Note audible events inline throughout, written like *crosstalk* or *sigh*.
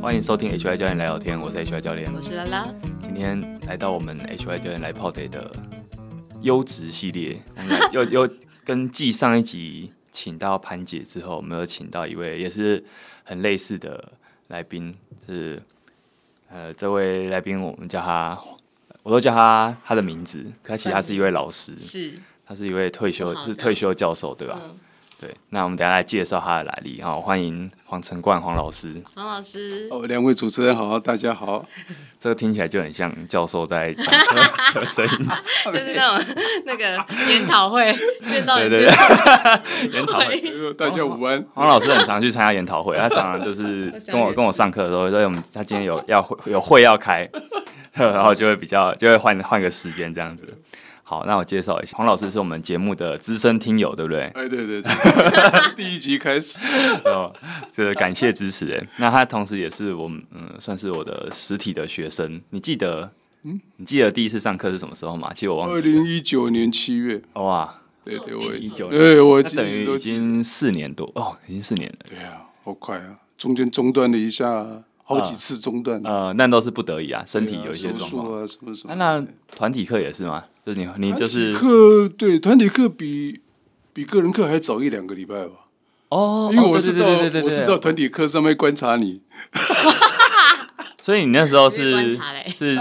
欢迎收听 HY 教练来聊天，我是 HY 教练。我是拉拉，今天来到我们 HY 教练来泡 day 的优质系列，我们来又 *laughs* 又跟继上一集请到潘姐之后，我们又请到一位也是很类似的来宾，是呃这位来宾我们叫他，我都叫他他的名字，可其实他是一位老师，是，他是一位退休不好是叫退休教授对吧？嗯，对，那我们等一下来介绍他的来历好，欢迎黄成冠黄老师。黄老师，哦，两位主持人好，大家好。这个听起来就很像教授在讲课的声音，就是那种那个研 *laughs* 讨会介绍对人对介绍对， *laughs* 研讨会。会，呃大家午安。黄老师很常去参加研讨会，他常常就是想跟我也跟我是上课的时候，所以我们他今天有要会有会要开， *laughs* 然后就会比较就会换换个时间这样子。好，那我介绍一下，黄老师是我们节目的资深听友，对不对？哎，对对 *laughs* 对，第一集开始，哦，这个感谢支持。哎，那他同时也是我们嗯，算是我的实体的学生。你记得嗯，你记得第一次上课是什么时候吗？其实我忘二记零一九年七月。了。哇，对对，我我已已经19年对我那等于都已经四年多哦，已经四年了。对啊，好快啊！中间中断了一下，好几次中断。呃，那都是不得已啊，身对啊体有一些手状术况。啊，什么什啊么。那团体课也是吗？就是你你就是团体课对团体课比比个人课还早一两个礼拜吧，哦，因为哦我对是对到对对对我是到对对，团体课上面观察你。所以你那时候我是是观察嘞是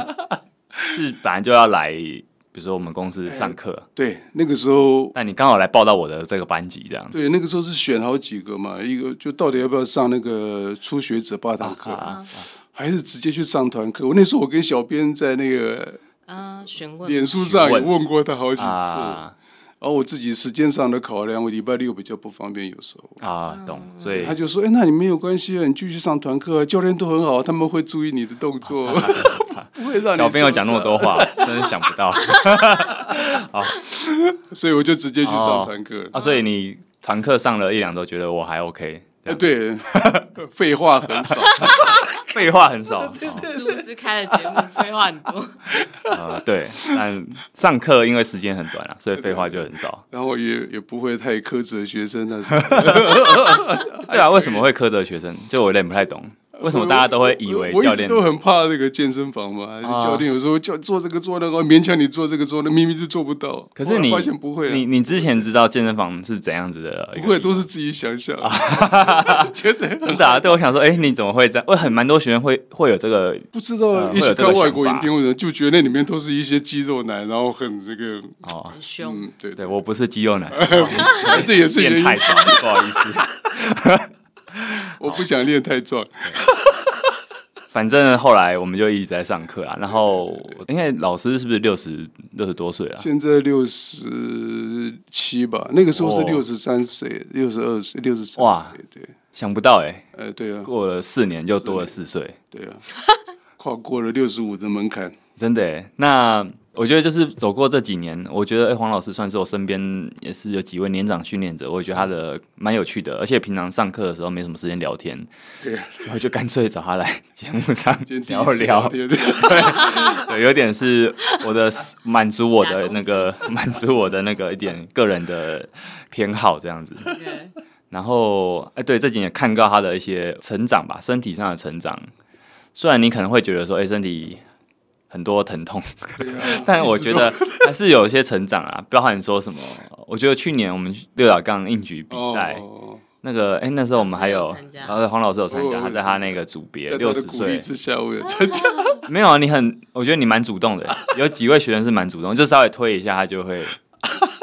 *laughs* 是本来就要来，比如说我们公司上课，对，那个时候那你刚好来报到我的这个班级这样。对那个时候是选好几个嘛，一个就到底要不要上那个初学者八堂课。啊，还是直接去上团课。我那时候我跟小编在那个 *laughs* 嗯，询问，脸书上也询问问过他好几次，啊然后我自己时间上的考量，我礼拜六比较不方便，有时候。嗯啊，懂。所以他就说：“哎、那你没有关系啊，你继续上团课啊，教练都很好，他们会注意你的动作， *laughs* 不会让你啊小啊朋友讲那么多受话，真是想不 *laughs* 到伤，所以我就直接去哦上团课。啊。所以你团课上了一两周，觉得我还 OK，这哎样对， *laughs* 废话很少，废话很 *laughs* 少。哦殊不知开了节目废话很多，呃，对，但上课因为时间很短啊，所以废话就很少。然后也也不会太苛责学生啊那时对哎啊，为什么会苛责学生？就我有点不太懂，为什么大家都会以为我教一直练都很怕那个健身房嘛，啊教练有时候叫做这个做那个，勉强你做这个做那个，明明就做不到。可是你后来发现不会、你啊，你之前知道健身房是怎样子的一不个？会都是自己想象， *laughs* 觉得真的啊，对我想说，哎，你怎么会这样？我很蛮多学生会会有这个不知道呃。一会有起这个看想外国法影片或者就觉得那里面都是一些肌肉男，然后很这个，哦， *laughs* 很凶，嗯，对对，我不是肌肉 *laughs* 男，哦这也是原练因太。少，不好意思。我不想练太壮，反正后来我们就一直在上课啊，然后因为老师是不是六十六十多岁啊了？现在六十七吧，那个时候是哦六十三岁、六十二岁、六十三。哇对对，想不到哎，呃，对啊，过了四年就多了四岁。对啊，跨过了六十五的门槛。真的耶，那我觉得就是走过这几年，我觉得、哎，黄老师算是我身边也是有几位年长训练者，我也觉得他的蛮有趣的，而且平常上课的时候没什么时间聊天，对啊，所以我就干脆找他来节目 *laughs* 上今天第聊一次啊聊，天。对，有点是我的满足我的那个满足我的那个一点个人的偏好这样子。对，然后，哎，对，这几年看到他的一些成长吧，身体上的成长。虽然你可能会觉得说，哎，身体很多疼痛，啊但我觉得还是有一些成长啊。包含说什么，我觉得去年我们六角杠硬 *laughs* 举比赛，哦、那个，哎，那时候我们还老有师有参，加然后黄老师有参我加，有他在他那个组别哦在他六的十鼓励岁，之下，我有 *laughs* 参加。没有啊，你很，我觉得你蛮主动的，有几位学生是蛮主动，就稍微推一下他就 *laughs* 会，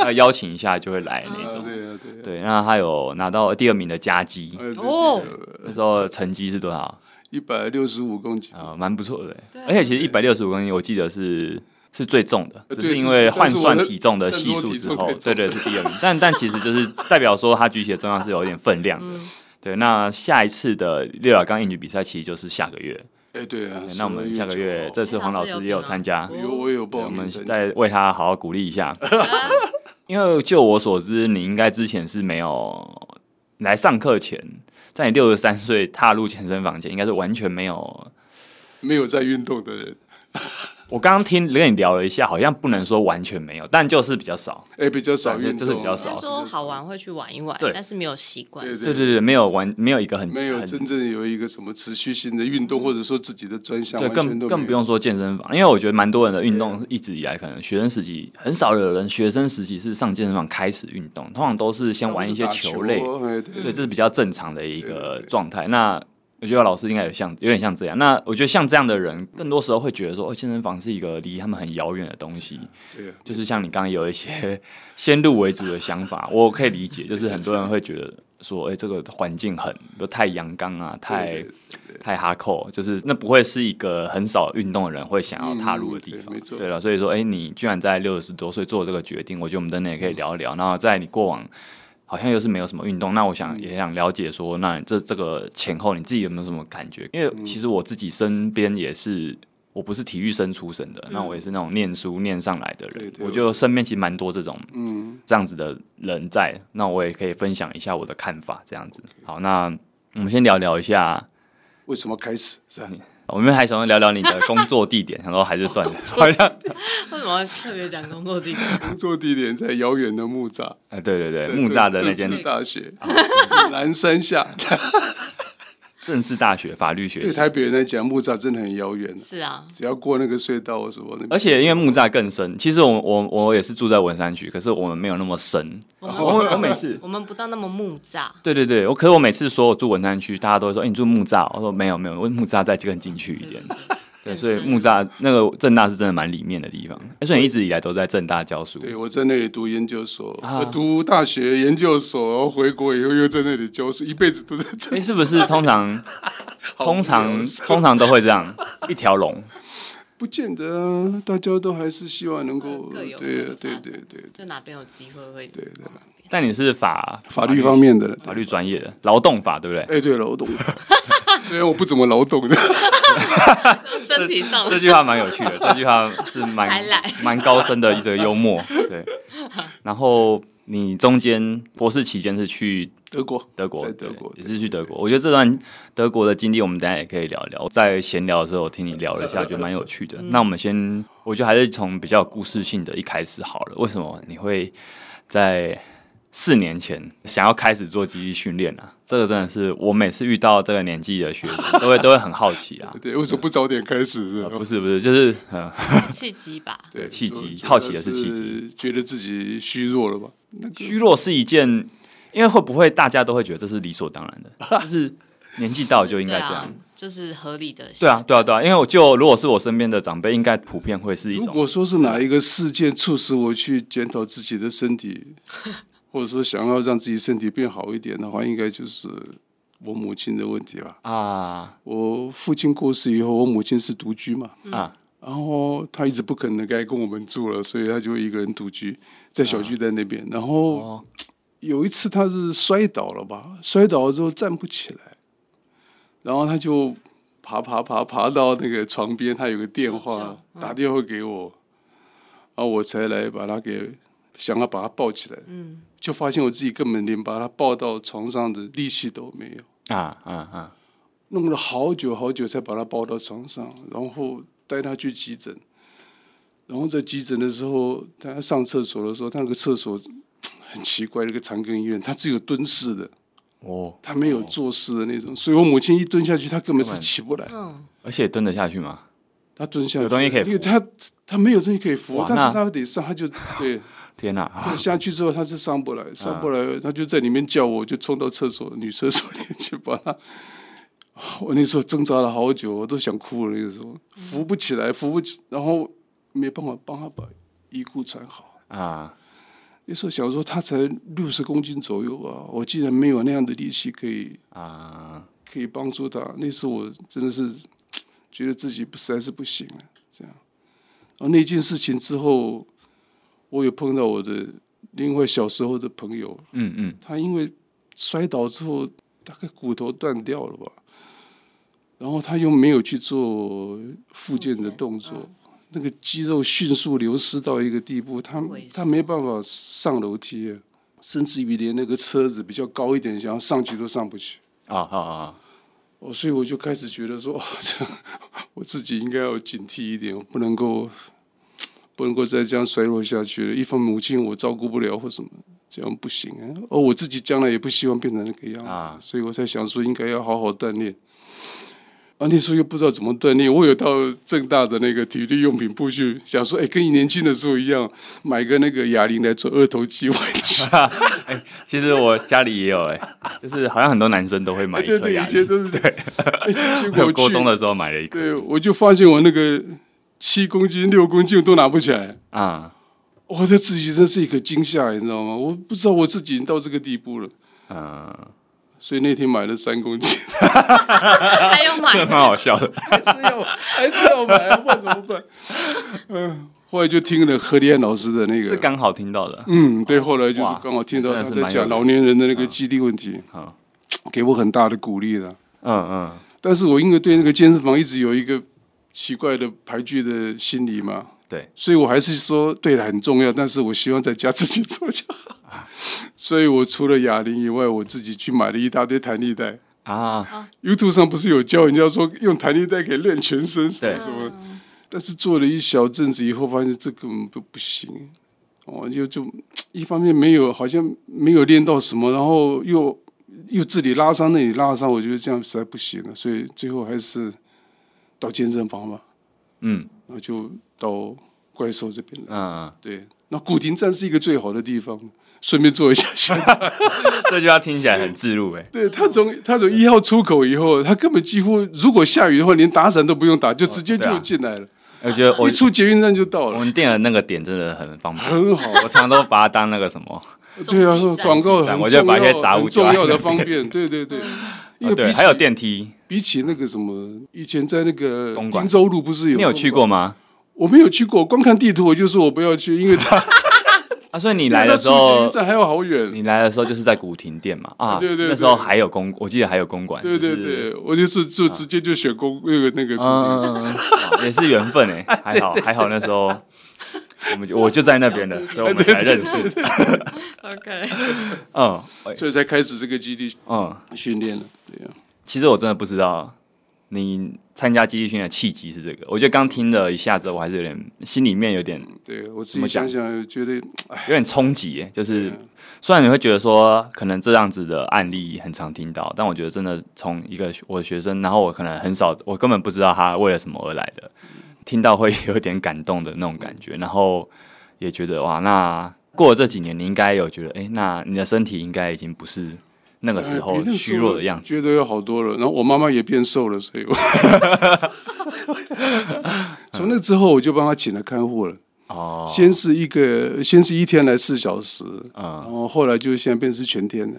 呃，邀请一下就会来那种。对啊，对啊。对，那他有拿到第二名的加绩，哦那时候成绩是多少？一百六十五公斤，呃，蛮不错的欸、对啊而且其实一百六十五公斤，我记得是是最重的，呃只对是因为换算体重的但是系我数之但是我后，体重太对重对是第二名。但但其实就是 *laughs* 代表说他举起的重量是有一点分量的。对，那下一次的六角钢硬举比赛其实就是下个月。哎，对啊对，那我们下个月这次黄老师也有参加，有哎我有对报我名们参加，再为他好好鼓励一下。因为就我所知，你应该之前是没有来上课前，在你六十三岁踏入健身房前，应该是完全没有没有在运动的人，我刚刚听跟你聊了一下，好像不能说完全没有，但就是比较少。哎、比较少对运动，就是比较少他说好玩会去玩一玩对，但是没有习惯对。对对对，没有完，没有一个很没有很真正有一个什么持续性的运动，或者说自己的专项，对，完更全都没有更不用说健身房，因为我觉得蛮多人的运动一直以来，可能学生时期很少有人学生时期是上健身房开始运动，通常都是先玩一些打球类，啊哎对对，这是比较正常的一对个状态。那我觉得老师应该有像有点像这样。那我觉得像这样的人，更多时候会觉得说，哦，健身房是一个离他们很遥远的东西。对啊就是像你刚刚有一些 *laughs* 先入为主的想法，我可以理解，就是很多人会觉得说，哎、这个环境很比如太阳刚啊，太太哈扣，就是那不会是一个很少运动的人会想要踏入的地嗯对方没。错对了，所以说，哎、你居然在六十多岁做这个决定，我觉得我们真的也可以聊一聊。嗯然后在你过往。好像又是没有什么运动，那我嗯想也想了解说，那这这个前后你自己有没有什么感觉？因为嗯其实我自己身边也是，我不是体育生出身的，那我也是那种念书念上来的人，嗯对对我我就身边其实蛮多这种嗯，这样子的人在，那我也可以分享一下我的看法，这样子。好，那我们先聊聊一下，为什么开始是吧？我们还想要聊聊你的工作地点，想说还是算了，好像 *laughs* 为什么要特别讲工作地点？工作地点在遥远的木栅，呃，对对对，在木栅的那间啊政治大学，指南山下。政治大学法律学对系，台北人来讲，木栅真的很遥远， *laughs* 是啊，只要过那个隧道什么的，而且因为木栅更深，其实我我我也是住在文山区，可是我们没有那么 *laughs* 深。我们哦我我每次我们不到那么木栅，对对对，我可是我每次说我住文山区，大家都会说，哎、你住木栅哦？我说没有没有，我木栅再更进去一 *laughs* 点。对，所以木栅那个正大是真的蛮里面的地方。哎，所以你一直以来都在正大教书。对我在那里读研究所，啊我读大学研究所，然后回国以后又在那里教书，一辈子都在这哎，是不是通 *laughs* 常通常通常都会这样一条龙？不见得啊，大家都还是希望能啊够各有各对的对发展对对就哪边有机会会对对，但你是法法律方面的人。法律专业的劳动法，对不对？哎，对，*laughs* 劳动，虽然我不怎么劳动的，身体 *laughs* 上这句话蛮有趣的，这句话是蛮还来 *laughs* 蛮高深的一个幽默。对，然后你中间博士期间是去德国，德国，在德国对也是去德国。我觉得这段德国的经历，我们等一下也可以聊聊。在闲聊的时候，我听你聊了一下，觉得蛮有趣的。嗯那我们先，我觉得还是从比较有故事性的一开始好了。为什么你会在四年前想要开始做肌力训练啊？这个真的是我每次遇到这个年纪的学生，都会都会很好奇 *laughs* 啊。对，为什么不早点开始？是呃吧不是不是，就是嗯，契机吧，对，契就机觉得好奇的是契是觉得自己虚弱了吧？那个虚弱是一件，因为会不会大家都会觉得这是理所当然 *laughs* 的，就是年纪到了就应该对这啊样。，就是合理的，对啊，，对啊，对啊，因为我就如果是我身边的长辈，应该普遍会是一如种果说是哪一个事件促使我去检讨自己的身体， *laughs* 或者说想要让自己身体变好一点的话，应该就是我母亲的问题吧。啊我父亲过世以后，我母亲是独居嘛，啊，然后她一直不肯能该跟我们住了，所以她就一个人独居在小区在那边。然后哦，有一次她是摔倒了吧，摔倒了之后站不起来，然后她就爬爬爬爬到那个床边，她有个电话求打电话给我，然后我才来把她给想要把她抱起来，嗯，就发现我自己根本连把她抱到床上的力气都没有。啊啊啊，弄了好久好久才把他抱到床上，然后带他去急诊。然后在急诊的时候，他上厕所的时候，他那个厕所很奇怪，那个长庚医院他只有蹲式的，哦，他没有坐式的那种，所以我母亲一蹲下去，她根本是根本起不来。嗯， *laughs* 而且蹲得下去吗？她蹲下去，有东西可以扶因为她她没有东西可以扶哇，但是那她得上，她就对天哪、啊，对下去之后，她是上不来，上不来，她就在里面叫我，我就冲到厕所女厕所里去把她。 *laughs* 我那时候挣扎了好久，我都想哭了。那个时候扶不起来，扶不起，然后没办法帮他把衣裤穿好。啊那时候想说他才六十公斤左右吧，我竟然没有那样的力气可以啊，可以帮助他。那时候我真的是觉得自己不实在是不行了，这样。然后那件事情之后，我有碰到我的另外小时候的朋友，嗯嗯，他因为摔倒之后，大概骨头断掉了吧，然后他又没有去做复健的动嗯作，那个肌肉迅速流失到一个地步，他萎缩他没办法上楼梯啊，甚至于连那个车子比较高一点，想要上去都上不去。啊啊啊，哦，所以我就开始觉得说，哦，这样我自己应该要警惕一点，我不能够不能够再这样衰落下去了。一方母亲我照顾不了或什么，这样不行啊。哦，我自己将来也不希望变成那个样子，啊所以我才想说应该要好好锻炼。啊，那时候又不知道怎么锻炼，我有到正大的那个体育用品部去，想说，哎，跟你年轻的时候一样，买个那个哑铃来做二头肌玩具。其实我家里也有哎、就是好像很多男生都会买一对颗对，牙以前齿。都是对。哎 *laughs* 结我果高去中的时候买了一颗对，我就发现我那个七公斤、六公斤我都拿不起来，啊 *laughs* 我对自己真是一个惊吓，你知道吗？我不知道我自己已经到这个地步了，啊嗯，所以那天买了三公斤，还有买这蛮好笑的。 *laughs* 还是要还是要买，不然怎么办？ *laughs* 嗯、后来就听了何立安老师的那是个，刚好听到的，嗯，对，后来就是哇刚好听到真他的是在蛮有讲的老年人的那啊个肌力问题，嗯给我很大的鼓励的。嗯嗯，但是我因为对那个健身房一直有一个奇怪的排拒的心理嘛，对，所以我还是说对了很重要，但是我希望在家自己做就好。所以我除了哑铃以外，我自己去买了一大堆弹力带。啊， YouTube 上不是有教人家说用弹力带可以练全身什么对什么，但是做了一小阵子以后，发现这根本都不行。哦，就就一方面没有好像没有练到什么，然后又又这里拉伤那里拉伤，我觉得这样实在不行了，所以最后还是到健身房吧，嗯然后就到怪兽这边来。嗯，对，那古亭站是一个最好的地方，顺便做一下宣传。 *laughs* *laughs* 这句话听起来很自入哎、对他从他从一号出口以后，他根本几乎如果下雨的话，连打伞都不用打，就直接对啊就进来了，我觉得我一出捷运站就到我了，们店的那个点真的很方便，很好。我常常都把它当那个什么，对啊中继，站广告很重要，我就把一些杂物很重丢在那要的边方便。对 *laughs* 对对， *laughs* 因哦为对，比起还有电梯，比起那个什么，以前在那个东莞汀州路不是有你有去过？吗？我没有去过，光看地图我就说我不要去，因为他啊，所以 *laughs* 你因为来 *laughs* 他的出时候捷运，站还要好远。你来的时候就是在古亭店嘛，啊，对对对那时候还有公，我记得还有公馆，对对就是啊对，我就是就直接就选公那个那个公嗯，哇也是缘 *laughs* 分哎、啊还好还好那时候我们就我就在那边的，啊所以我们才认识。 OK，嗯园，所以才开始这个基地嗯，训练了。对啊呀、其实我真的不知道你参加基地训练的契机是这个。我觉得刚听了一下子，我还是有点心里面有点对我自怎么己想讲想，觉得有点冲击欸，就是虽然你会觉得说，可能这样子的案例很常听到，但我觉得真的从一个学我的学生，然后我可能很少，我根本不知道他为了什么而来的，听到会有点感动的那种感觉，然后也觉得哇，那过了这几年，你应该有觉得，哎、那你的身体应该已经不是那个时哎候比那时虚弱的样子，觉得有好多了。然后我妈妈也变瘦 *laughs* 了，所以我从那之后我就帮她请了看护了。哦，先是一个，先是一天来四小时，然嗯，后后来就现在变成是全天的。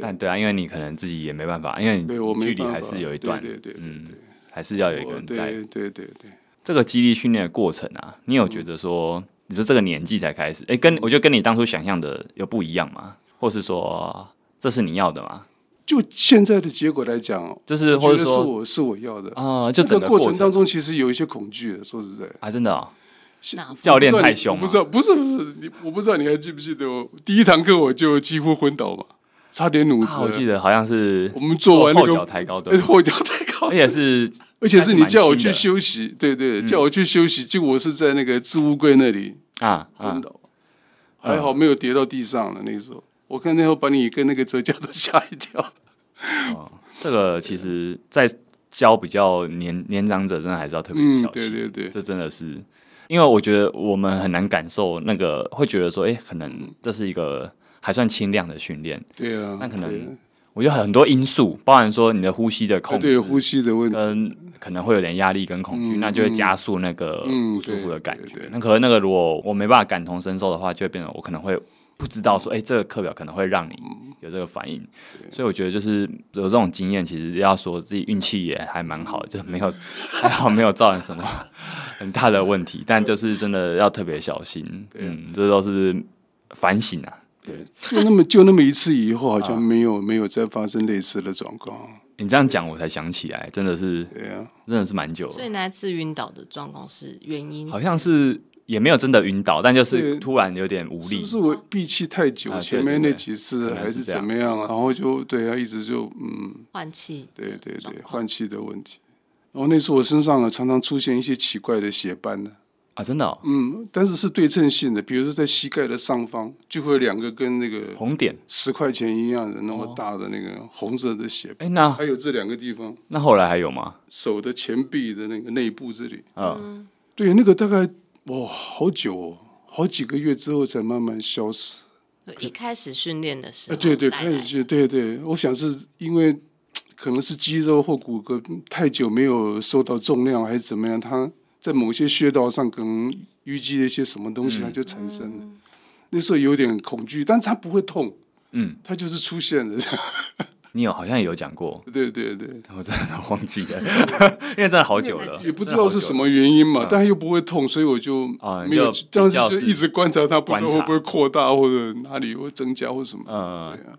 但对啊，因为你可能自己也没办法，因为对我你没距离办还法是有一对段，对对对嗯，还是要有一个我人对在。对对对，这个激励训练的过程啊，你有嗯觉得说，你说这个年纪才开始，哎，跟我觉得跟你当初想象的有不一样吗？或是说这是你要的吗？就现在的结果来讲，就是我或者觉得是说我是我要的。啊、就这整个个过程程当中，其实有一些恐惧的。说实在，啊，真的、哦，那教练太凶啊我了不知道，不是不是你，我不知道你还记不记得我第一堂课我就几乎昏倒嘛，差点啊脑子了。我记得好像是我们做完那后个脚抬高的呃， *laughs* 后脚太高而，且是而且是你叫我去还是休息，对对，嗯叫我去休息，结果我是在那个置物柜那里啊啊昏，倒，还好没有跌到地上了。那个时候，我看那会把你跟那个哲家都吓一 *laughs* 跳。这个其实，在教比较年年长者，真的还是要特别嗯小，对心。对对，这真的是，因为我觉得我们很难感受那个，会觉得说，哎，可能这是一个还算轻量的训练。对啊，那可能对我觉得很多因素，包含说你的呼吸的控啊制，呃对呼吸的问题，跟可能会有点压力跟恐惧，嗯那就会加速那个嗯不舒服的感觉。对对对那可能那个如果我没办法感同身受的话，就会变成我可能会不知道说，哎、这个课表可能会让你嗯有这个反应。所以我觉得就是有这种经验，其实要说自己运气也还蛮好的，就没嗯有 *laughs* 还好没有造成什么很大的问题，但就是真的要特别小心。啊嗯，这都是反省啊。就那么就那么一次以后，好像没有没有再发生类似的状况。你这样讲，我才想起来，真的是对啊，真的是蛮久了所以。那次晕倒的状况是原因是，好像是也没有真的晕倒，但就是对突然有点无是力不。是我闭气太久？啊对前面那对对几次可能还是是这样怎么样啊？然后就对啊，一直就嗯，换气，对对状对，况换气的问题。然后那时候我身上啊常常出现一些奇怪的血斑呢、啊，真的、哦、嗯，但是是对称性的，比如说在膝盖的上方就会有两个跟那个红点。十块钱一样的那么大的那个红色的血斑，哎、那还有这两个地方，那后来还有吗？手的前臂的那个内部这里，嗯，对，那个大概哇好久哦，好几个月之后才慢慢消失。就一开始训练的时呃啊，候，对对，带开来始就对对，我想是因为可能是肌肉或骨骼太久没有受到重量，还是怎么样，它在某些穴道上可能淤积了一些什么东西，它就产生了。那时候有点恐惧，但它不会痛，嗯，它就是出现了。 *laughs* 你有好像有讲过， *laughs* 对对对，但我真的忘记了，因为真的好久了，嗯也不知道是什么原因嘛，但它又不会痛，所以我就啊你没有就这样比较子，就是一直观察它，不知道观察会不会扩大或者哪里会增加或什么。啊真的好久了。嗯，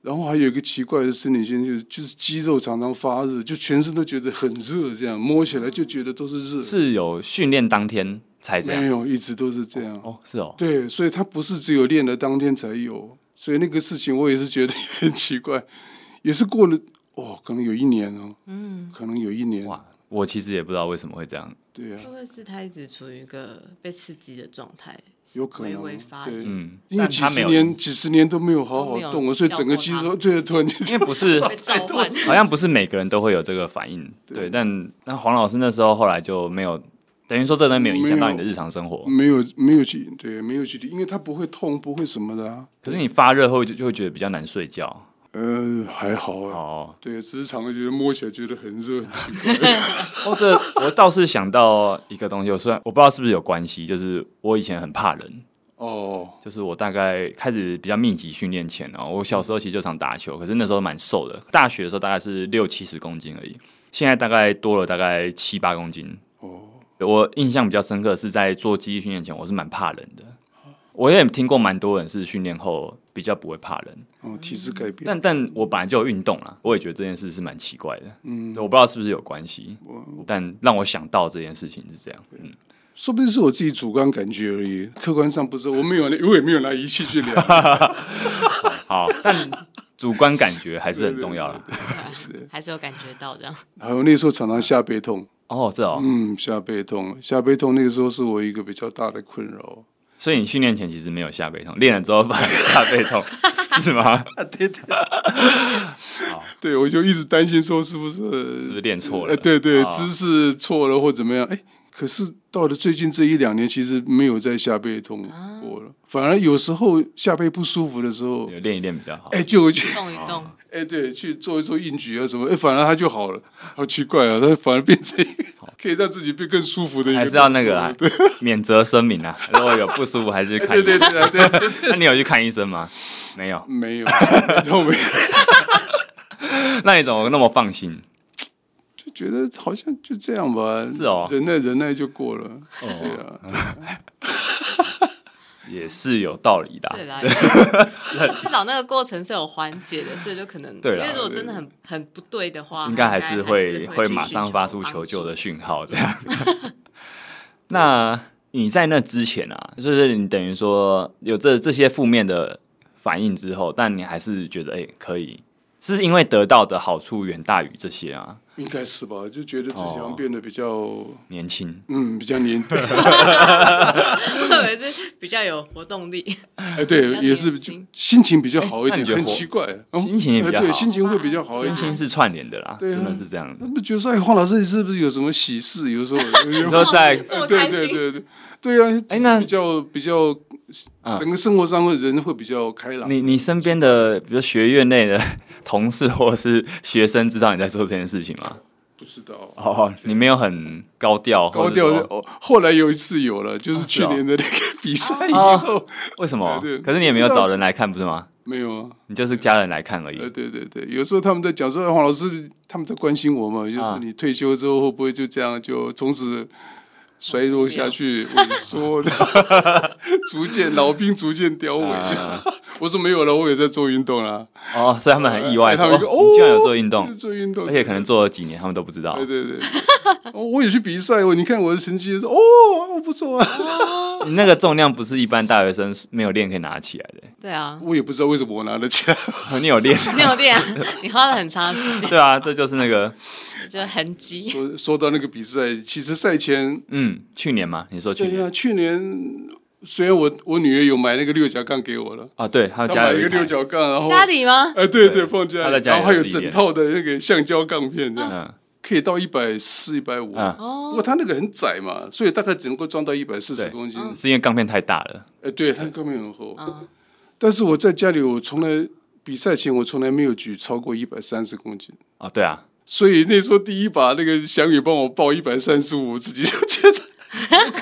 然后还有一个奇怪的生理现象，就是就是肌肉常常发热，就全身都觉得很热，这样摸起来就觉得都是热。是有训练当天才这没样。有，一直都是这样。哦，是哦，对，所以它不是只有练了当天才有，所以那个事情我也是觉得 *laughs* 很奇怪，也是过了哦，可能有一年哦，嗯，可能有一年，哇，我其实也不知道为什么会这样。对啊会，不会是他一直处于一个被刺激的状 *laughs* 态？有可能，哦微微发对，炎嗯，因为但几他没十有，年几十年都没有好都没好有动了，所以教整个过肌它肉对突然间因为不 *laughs* 是被召唤，好像不是每个人都会有这个反应，对对。但那黄老师那时候后来就没有，等于说这东西没有影响到没你有嗯的日常生活。嗯没有没有去对没有去理，因为它不会痛不会什么的啊，可是你发热后就就会觉得比较难睡觉。呃还好啊，哦，对，只是常常觉得摸起来觉得很热， *laughs* 哦，这我倒是想到一个东西，我虽然我不知道是不是有关系，就是我以前很怕人，哦，就是我大概开始比较密集训练前哦，我小时候其实就常打球，可是那时候蛮瘦的，大学的时候大概是六七十公斤而已，现在大概多了大概七八公斤。哦，我印象比较深刻是在做肌力训练前，我是蛮怕人的。我也听过蛮多人是训练后比较不会怕人，哦，体质改变，但但我本来就有运动啦，我也觉得这件事是蛮奇怪的，嗯，对我不知道是不是有关系，我但让我想到这件事情是这样，嗯，说不定是我自己主观感觉而已，客观上不是，我没有，我也没有拿仪器 *laughs* 去量，好，但主观感觉还是很重要啦。还是有感觉到这样。还有那时候常常下背痛，哦，是哦，嗯，下背痛，下背痛那个时候是我一个比较大的困扰，所以你训练前其实没有下背痛，练了之后反而下背痛，是吗？ *laughs* 对我就一直担心说是不是是不呃是练错了？哎，对对，哦姿势错了或怎么样，哎。可是到了最近这一两年，其实没有再下背痛过了，反而有时候下背不舒服的时候，有练一练比较好。哎，就去动一哦动，啊哎，对，去做一做硬举啊什么，哎，反而他就好了，好奇怪啊，他反而变成一个可以让自己变更舒服的一个还动是作，要那个啦，免责声明啊，如果有不舒服还是去看对，医对嗯生。对对对对，那你有去看医生吗？没有， *laughs* 没有，然后没有，那你怎么那么放心？就觉得好像就这样吧，是哦忍耐忍耐就过了，对啊，也是有道理的啊对。啦，*laughs* 因为至少那个过程是有缓解的，所以就可能，对因啦为如果真的很很不对的话，应该还是是会会会去马上寻发出帮求救 *laughs* 助的。讯号这样。那你在那之前啊，就是你等于说有这这些负面的反应之后，但你还是觉得哎、可以，是因为得到的好处远大于这些啊，应该是吧，就觉得自己好哦像变得比较，年轻。嗯，比较年， *laughs* 特别是比较有活动 *laughs* 力，哎，对，也是年就轻心情比较好一哎那点，你觉得很活奇怪，哦心情也比较哎对，好心情会比较好一身点。心是串联的啦，对啊真的是这样的他。们觉得说，哎，黄老师，你是不是有什么喜事？有时候，有你时 *laughs* 候说在这么对开对心，对对对啊！哎那比较比较，嗯整个生活上会人会比较开朗。你你身边的，比如学院内的 *laughs* 同事或是学生，知道你在做这件事情吗？不知道哦，你没有很高调，高或者调的说哦。后来有一次有了，就是是去哦年的那个比赛以哦后，为什么对对？可是你也没有找人来看，不是吗？没有啊。你就是家人来看而呃，已。对对对，有时候他们在讲说，哎黄老师他们在关心我嘛，就是啊你退休之后会不会就这样就从此衰落 *laughs* 下去、萎缩的， *laughs* 逐渐老兵逐渐凋萎。啊 *laughs* 我说没有了，我也在做运动啦，哦，所以他们很意外，哎说他哦们就哦你居然有做运动，做运动，而且可能做了几年，他们都不知道对。对对，哦我也去比赛哦，你看我的成绩，说哦哦不错啊。 *laughs* 你那个重量不是一般大学生没有练可以拿起来的，哦对啊，我也不知道为什么我拿得起来，你有练？ *laughs* 没有练啊， *laughs* 你花了很长的时间，对啊，这就是那个，就痕迹。 *laughs* 说说到那个比赛，其实赛前，嗯，去年吗？你说去对年呀、去年虽然我我女儿有买那个六角杠给我了，啊？对，他她家买有一个一台六，角杠，哦然后家 *laughs* 里吗？哎，对对对，放她假在里，家里然后还有有自己整练套的那个橡胶杠片的，嗯可以到一百四、一百五。嗯，哦不过它那个很窄嘛，所以大概只能够装到一百四对十公斤。是因为杠片太大了，哎，对，它根本很厚。嗯但是我在家里，我从来比赛前我从来没有举超过一百三十公斤，哦，对啊，所以那时候第一把那个翔宇帮我报一百三十五，我自己就觉得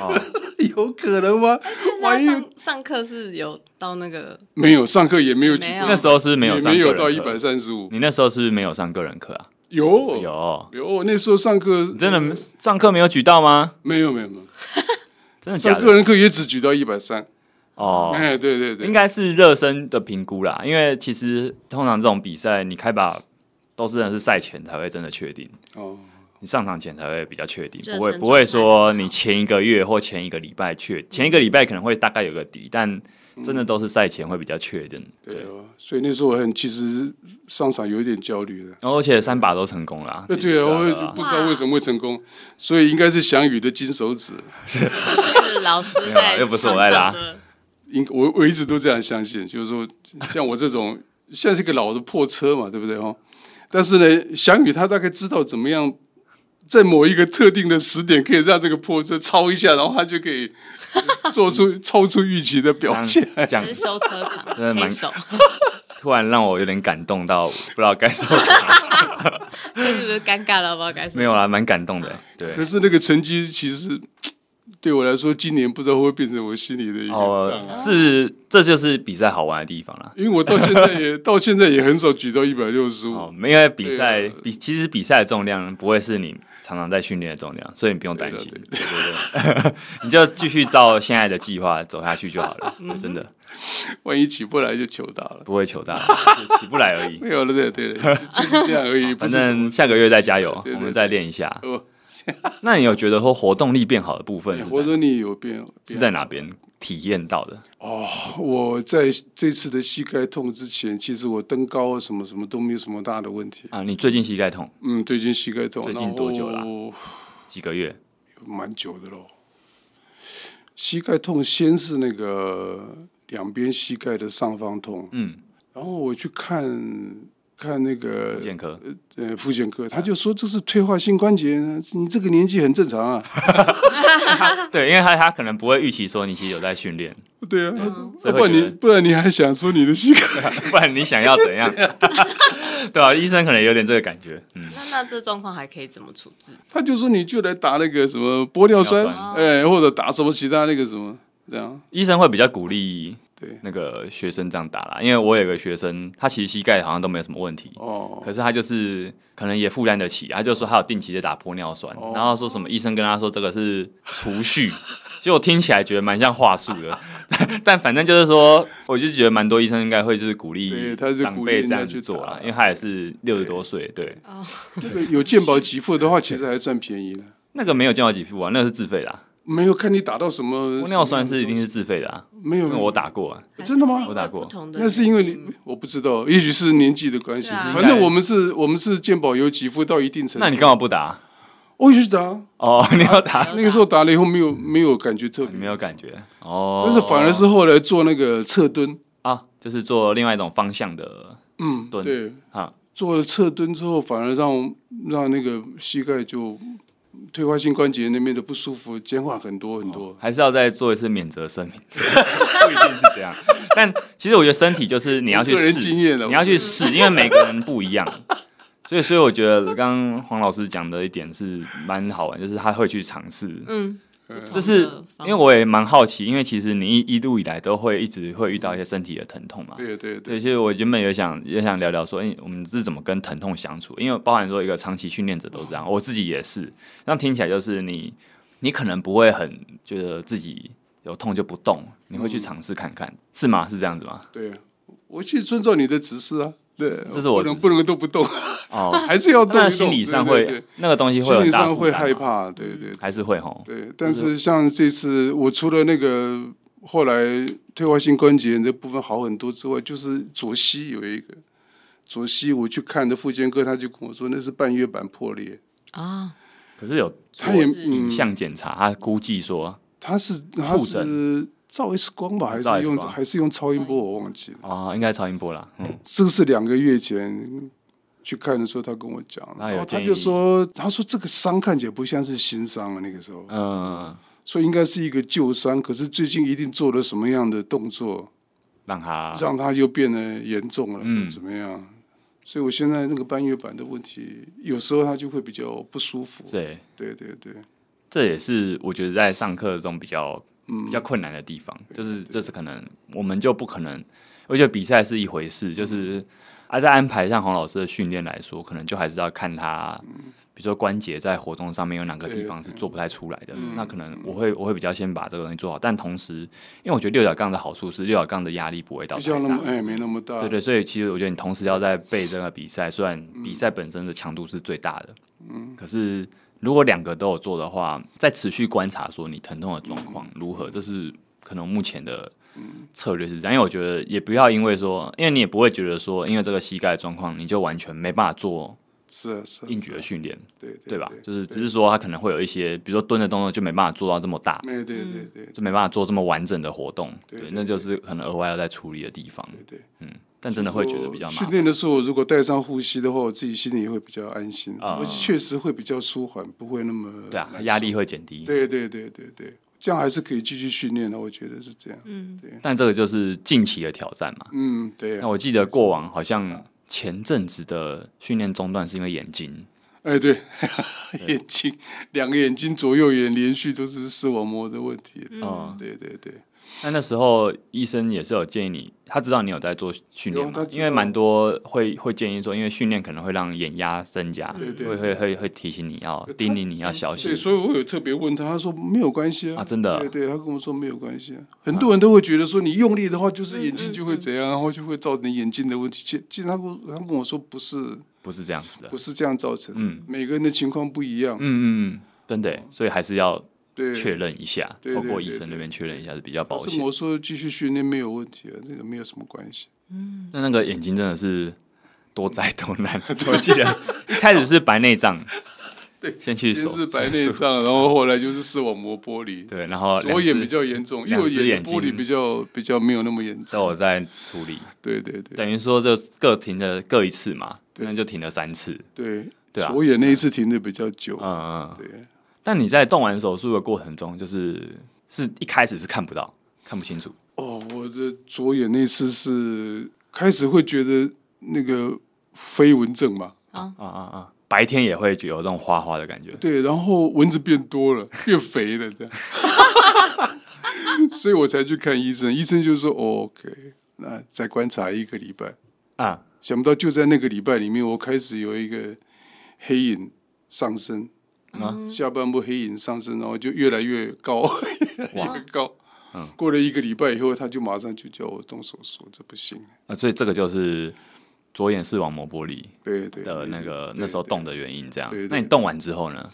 哦， *laughs* 有可能吗？但万是一他上上课是有到那个没有上课也没有举，没有那时候是没有也上没个有人到课嗯一百，哦三十五。你那时候是不是没有上个人课啊？有有，有，那时候上课你真的上课没有举到吗？没有没有没有，真的假上个的？人课也只举到一百三。哦，哎，对对对，应该是热身的评估啦，因为其实通常这种比赛，你开把都是真的是赛前才会真的确定，哦，你上场前才会比较确定，热不会身状态不会说你前一个月或前一个礼拜确，前一个礼拜可能会大概有个底，但真嗯的都是赛前会比较确定。对对，哦，所以那时候我很其实上场有一点焦虑的。然后而且三把都成功了啊，呃，对啊，我也对啊不知道为什么会成功，所以应该是翔宇的金手指。就是老师没有啊在又不是我在拉放上的应我 *laughs* 我一直都这样相信，就是说像我这种 *laughs* 像是个老的破车嘛，对不对哦？但是呢，翔宇他大概知道怎么样在某一个特定的时点可以让这个破车超一下，然后他就可以做出 *laughs* 超出预期的表现。这样直修车厂真的蛮黑手，突然让我有点感动到不知道该说什么，这是不是尴尬了？不知道该说没有啦，蛮感动的。对，可是那个成绩其实对我来说，今年不知道会不会变成我心里的一个障哦碍。，是这就是比赛好玩的地方啦。因为我到现在 *laughs* 也到现在也很少举到一百六十哦，五，没有因为比赛嗯对啊比其实比赛的重量不会是你常常在训练的重量，所以你不用担心。对对对对， *laughs* 你就继续照现在的计划走下去就好了。嗯对真的万一起不来就求打了。不会求 *laughs* 大，就起不来而已。没有了，对 *laughs* 对对，就是这样而已。不反是什么正下个月再加油，对对对我们再练一下。哦，那你有觉得说活动力变好的部分是哎活在着你有变是变在哪边体验到的？哦。我在这次的膝盖痛之前，其实我登高啊什么什么都没有什么大的问题。啊，你最近膝盖痛嗯，最近膝盖痛，最近然后多久啦几个月？蛮久的喽。膝盖痛先是那个两边膝盖的上方痛，嗯，然后我去看看那个健科呃，妇健科，他就说这是退化性关节，你这个年纪很正 *laughs* 常啊。呃对，因为他他可能不会预期说你其实有在训练， *laughs* 对啊，嗯所以不会然觉你得不然你还想说你的膝 *laughs* 盖？不然你想要怎样？ *laughs* 对啊，医生可能有点这个感觉。嗯，那那这状况还可以怎么处置？他就说你就来打那个什么玻尿酸玻尿，哎，或者打什么其他那个什么，这样医生会比较鼓励对那个学生这样打啦，因为我有个学生，他其实膝盖好像都没有什么问题，哦。可是他就是可能也负担得起，他就说他有定期的打玻尿酸，哦然后说什么医生跟他说这个是除蓄， *laughs* 其实我听起来觉得蛮像话术的， *laughs* 但反正就是说，我就觉得蛮多医生应该会就是鼓励对他是长鼓励辈这人家样去子做啦打，因为他也是六十多岁，对，哦这个有健保给付的话，其实还算便宜的。那个没有健保给付啊，那个是自费的、啊，没有看你打到什么 *laughs* 玻尿酸是一定是自费的啊，没有因为我打过啊，真的吗我打过还是因为不同的嗯那是因为你我不知道，也许是年纪的关系，对啊反正我们是我们是健保有给付到一定程度。那你干嘛不打？我也去打，哦， *laughs* 你要打，那个时候打了以后没有没有感觉特别你没有感觉哦，但是反而是后来做那个侧蹲，啊，就是做另外一种方向的嗯，蹲对，啊，做了侧蹲之后，反而让让那个膝盖就退化性关节那边的不舒服减缓很多很多。还是要再做一次免责声明， *laughs* 不一定是这样。但其实我觉得身体就是你要去我个人试，经验了你要去试，因为每个人不一样。所以，所以我觉得刚刚黄老师讲的一点是蛮好玩，就是他会去尝试，嗯，这是因为我也蛮好奇，因为其实你一一路以来都会一直会遇到一些身体的疼痛嘛，对对对，对，其实我原本也想也想聊聊说，哎、我们是怎么跟疼痛相处？因为包含说一个长期训练者都这样，我自己也是。那听起来就是你，你可能不会很觉得自己有痛就嗯不动，你会去尝试看看，是吗？是这样子吗？对啊，我去遵照你的指示啊。对，这是我不能不能动不动，哦，还是要动一那动。心理上对会对对那个东西会有心理很大上负会担害吗，怕，对对还是会吼，对。但是像这次，我除了那个后来退化性关节炎的部分好很多之外，就是左膝有一个左膝，我去看的复健科，他就跟我说那是半月板破裂，啊，可是有他做也影嗯，像检查，他估计说他是他触是照 X 光吧，还照是 X 用光还是用超音波，我忘记了。哦，应该超音波啦，嗯，这个是两个月前去看的时候，他跟我讲，那有然后他建议就说，他说这个伤看起来不像是新伤啊，那个时候，嗯，所以应该是一个旧伤，可是最近一定做了什么样的动作，让他让它又变得严重了，啊嗯或怎么样？所以我现在那个半月板的问题，有时候它就会比较不舒服。对，对对对，这也是我觉得在上课中比较嗯比较困难的地方，就是就是可能我们就不可能，我觉得比赛是一回事，就是嗯啊在安排上洪老师的训练来说，可能就还是要看他。嗯比如说关节在活动上面有哪个地方是做不太出来的，嗯那可能我会我会比较先把这个东西做好，但同时，因为我觉得六角杠的好处是六角杠的压力不会到比太大，较那么哎，没那么大。对对，所以其实我觉得你同时要在备这个比赛，虽然比赛本身的强度是最大的，嗯，可是如果两个都有做的话，再持续观察说你疼痛的状况如何，这是可能目前的策略是这样。因为我觉得也不要因为说，因为你也不会觉得说，因为这个膝盖的状况，你就完全没办法做是啊是啊硬举的训练，对对吧？对就是只是说他可能会有一些，比如说蹲的动作就没办法做到这么大，哎，对对对就没办法做这么完整的活动，对对，对那就是可能额外要再处理的地方，对对。但真的会觉得比较麻训烦。练的时候，如果带上护膝的话，我自己心里也会比较安心，啊而且确实会比较舒缓，不会那么对啊，难受压力。会减低。对对对对对，这样还是可以继续训练的，我觉得是这样。嗯，但这个就是近期的挑战嘛。嗯，对那啊，我记得过往好像前阵子的训练中断是因为眼睛，哎对，眼睛两个眼睛左右眼连续都是视网膜的问题。嗯，对对对，那那时候医生也是有建议你，他知道你有在做训练有他嘛知，道因为蛮多会会建议说，因为训练可能会让眼压增加，对对会会会会提醒你要叮咛你要小所心以所以我有特别问他，他说没有关系啊啊，真的对对，他跟我说没有关系啊。很多人都会觉得说你用力的话，就是眼睛就会怎样，然后就会造成眼睛的问题。其其实他跟我他跟我说不是不是这样子的，不是这样造成的，嗯每个人的情况不一样，嗯嗯嗯，真的耶，所以还是要哦对，确认一下，对透对过医对生那对边确认一下是比较保但是险。我说继续训练没有问题啊，这个没有什么关系。那那个眼睛真的是多灾多难， *laughs* 我记得一开始是白内障，对，先去手先是白内障，然后后来就是视网膜剥离，对，然后左眼比较较严重，啊两右只眼眼的睛剥离比较比较没有那么严重。都我在处理，对对对等于说这各停了各一次嘛，对那就停了三次，对对啊左眼那一次停的比较久，嗯嗯。对，但你在动完手术的过程中，就是是一开始是看不到、看不清楚，哦，我的左眼那次是开始会觉得那个飞蚊症嘛，啊啊啊！白天也会觉得有这种花花的感觉，对，然后蚊子变多了，变肥了，*laughs* 这样，所以我才去看医生。医生就说、哦、：“OK，那再观察一个礼拜。啊，”想不到就在那个礼拜里面，我开始有一个黑影上升，啊下半部黑影上升，然后就越来越高，越来哇嗯 *laughs* 越高。过了一个礼拜以后，他就马上就叫我动手术，这不行。啊，所以这个就是左眼视网膜玻璃对对的那个那时候对动的原因，这样对对。那你动完之后呢？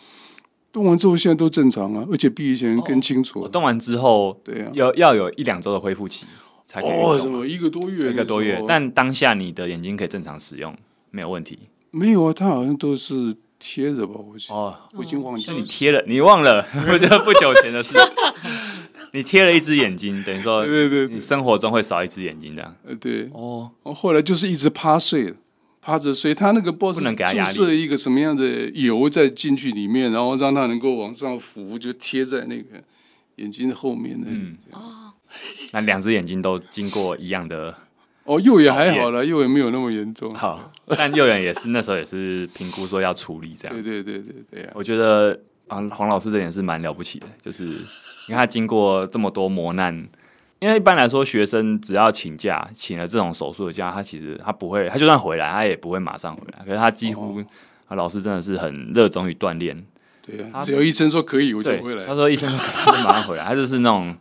动完之后，现在都正常啊，而且比以前更清楚我了。动完之后，对啊要要有一两周的恢复期才可以哦，什动嘛，么一个多月，一个多那月时。候但当下你的眼睛可以正常使用，没有问题。没有啊，他好像都是贴着吧，我记哦，我已经忘记是你了。贴了，你忘 *laughs* 了，我觉得不久前的事。你贴了一只眼睛，等于说 *laughs* 对对对你生活中会少一只眼睛这样。呃对，哦，我后来就是一直趴睡了，趴着睡。他那个 boss 能给他压注力射一个什么样的油在进去里面，然后让它能够往上浮，就贴在那个眼睛的后面那里。嗯这样那两只眼睛都经过一样的哦，右眼还好了，右眼没有那么严重。好， *laughs* 但右眼也是那时候也是评估说要处理这样对。对对对对啊，我觉得啊，黄老师这点是蛮了不起的，就是因为他经过这么多磨难。因为一般来说，学生只要请假，请了这种手术的假，他其实他不会，他就算回来，他也不会马上回来。可是他几乎，啊老师真的是很热衷于锻炼。对他啊，只要医生说可以，我就对回，*laughs* 来他。说医生说可能会马上回来，他就是那种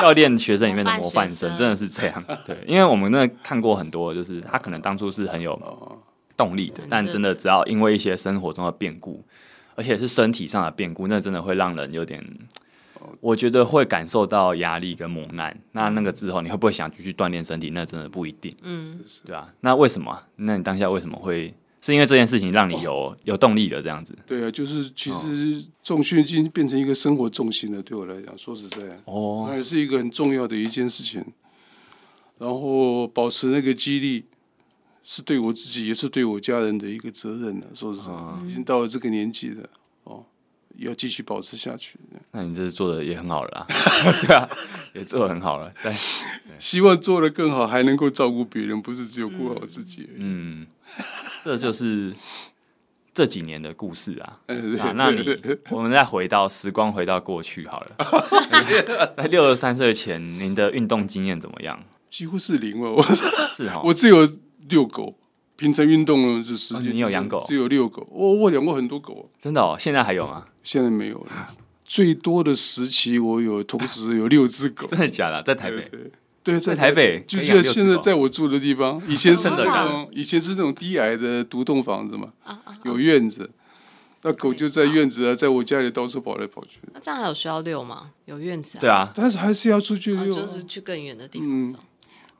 教练学生里面的模范 *laughs* 模范学生，生真的是这样。对，因为我们那看过很多，就是他可能当初是很有哦动力的，但真的只要因为一些生活中的变故，而且是身体上的变故，那真的会让人有点。哦我觉得会感受到压力跟磨难，那那个之后你会不会想继续锻炼身体？那真的不一定，嗯，对啊。那为什么啊？那你当下为什么会？是因为这件事情让你有、有动力了，这样子？对啊，就是其哦实重训已经变成一个生活重心了，对我来讲，说实在，啊哦那也是一个很重要的一件事情。然后保持那个激励，是对我自己也是对我家人的一个责任了、啊说实在，嗯已经到了这个年纪了，哦，要继续保持下去。那你这次做的也很好了啦， *laughs* 对啊，也做的很好了。对，希望做得更好，还能够照顾别人，不是只有顾好自己而已。嗯，这就是这几年的故事啊。嗯对啊那 *laughs* 你我们再回到时光，回到过去好了。 *laughs* 在六十三岁前，您的运动经验怎么样？几乎是零啊了，我 *laughs* 是哦哈，我只有遛狗，平常运动呢就是哦你有养狗只有遛狗。我我养过很多狗，真的哦，现在还有吗？现在没有了。最多的时期，我有同时有六只狗。真的假的？在台北，对，在台北就可以就养六现只在狗在我住的地方，以前是真的那假的种以前是那种低矮的独栋房子嘛，啊有院子，那狗就在院子啊，在我家里到处跑来跑去，那这样还有需要遛吗？有院子啊？对啊，但是还是要出去啊，遛就啊。是去更远的地方走，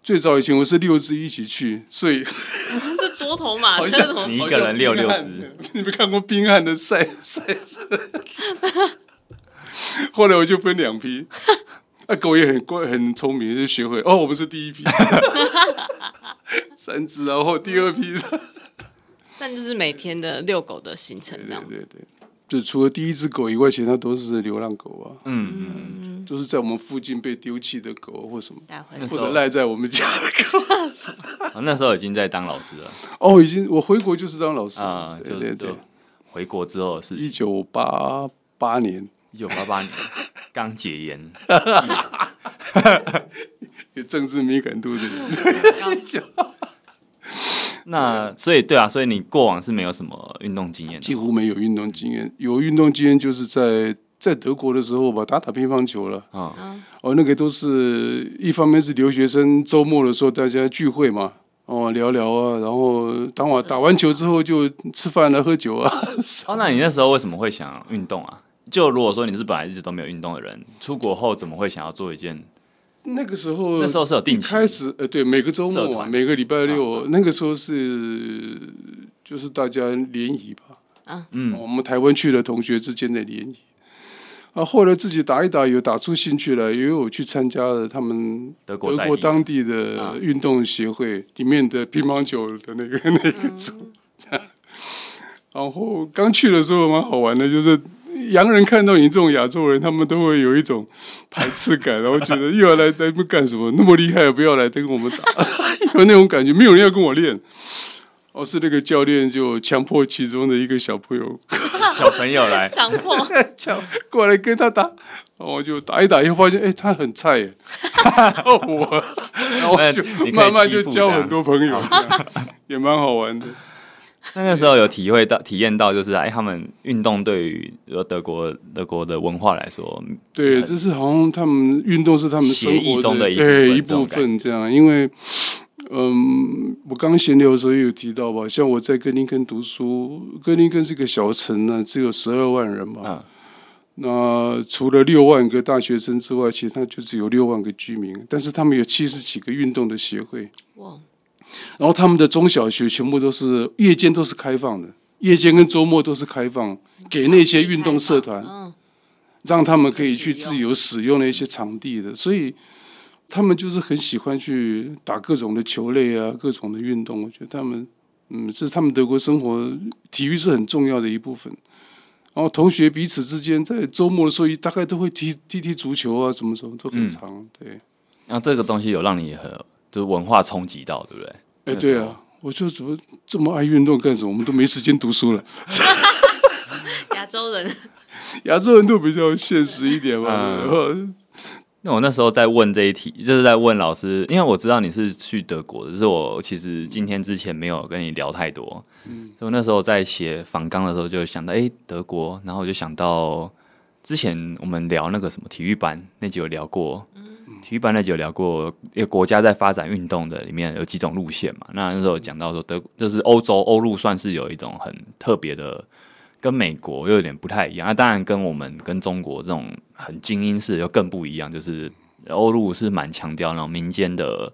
最早以前我是六只一起去，所以这多头马好车像怎 *laughs* 么嗯你一个人遛六只，只， *laughs* 你们看过冰汉的赛赛事？ *laughs* 后来我就分两批，啊，狗也很乖，很聪明，就学会哦，我们是第一批， *laughs* 三只，然后第二批，但就是每天的遛狗的行程对这样。对对，就除了第一只狗以外，其他都是流浪狗啊，嗯嗯，都是在我们附近被丢弃的狗或什么，带回那来时或候者赖在我们家 *laughs* 的狗。啊那时候已经在当老师了哦，已经我回国就是当老师啊，对就对对就，回国之后是一九八八年一九八八年刚解严，有政治敏感度的人。那所以对啊，所以你过往是没有什么运动经验的几乎没有运动经验，有运动经验就是在在德国的时候吧，打打乒乓球了。啊。哦，那个都是一方面是留学生周末的时候大家聚会嘛，哦聊聊啊，然后当我打完球之后就吃饭了、喝酒啊。哦，那你那时候为什么会想运动啊？就如果说你是本来一直都没有运动的人，出国后怎么会想要做一件？那个时候那时候是有定呃一期开始呃对，每个周社末啊、团每个礼拜六，那个时候是就是大家联谊吧，啊，嗯，我们台湾去的同学之间的联谊。啊，后来自己打一打，有打出兴趣来，也有去参加了他们德国在地啊当地的运动协会里面的乒乓球的那个那嗯个组。 *laughs* 然后刚去的时候蛮好玩的，就是洋人看到你这种亚洲人，他们都会有一种排斥感，然后觉得又要来来这边干什么？那么厉害，不要来跟我们打， *laughs* 有那种感觉，没有人要跟我练。哦，是那个教练就强迫其中的一个小朋友小朋友来 *laughs* 强迫强过来跟他打，然后我就打一打，又发现哎、他很菜耶， *laughs* 我，然后我就那你可以慢慢就欺负交这样很多朋 *laughs* 友，这样也蛮好玩的。那那时候有体会到、体验到，就是哎，他们运动对于比如说德国德国的文化来说，对，这是好像他们运动是他们生协活议中的一部分对一这种部分这样，因为嗯，我刚闲聊的时候也有提到吧，像我在哥林根读书，哥林根是个小城呢、只有十二万人嘛。嗯那除了六万个大学生之外，其实它就只有六万个居民，但是他们有七十几个运动的协会，哇，然后他们的中小学全部都是夜间都是开放的，夜间跟周末都是开放，给那些运动社团，嗯，让他们可以去自由使用那些场地的，所以他们就是很喜欢去打各种的球类啊，各种的运动。我觉得他们，嗯，这是他们德国生活，体育是很重要的一部分。然后同学彼此之间在周末的时候，大概都会踢踢踢足球啊，什么什么都很长。嗯对，啊那这个东西有让你很就是文化冲击到，对不对？哎，那时对候啊，我就怎么这么爱运动干什么？我们都没时间读书了。 *laughs* 亚洲人亚洲人都比较现实一点嘛。然后那我那时候在问这一题，就是在问老师，因为我知道你是去德国的，只是我其实今天之前没有跟你聊太多，所以我那时候在写访纲的时候就想到，诶，德国，然后我就想到之前我们聊那个什么体育班那集有聊过，体育班那集有聊过，一个国家在发展运动的里面有几种路线嘛？那那时候有讲到说德就是欧洲欧陆算是有一种很特别的，跟美国又有点不太一样。那啊当然跟我们跟中国这种很精英式又更不一样，就是欧陆是蛮强调那种民间的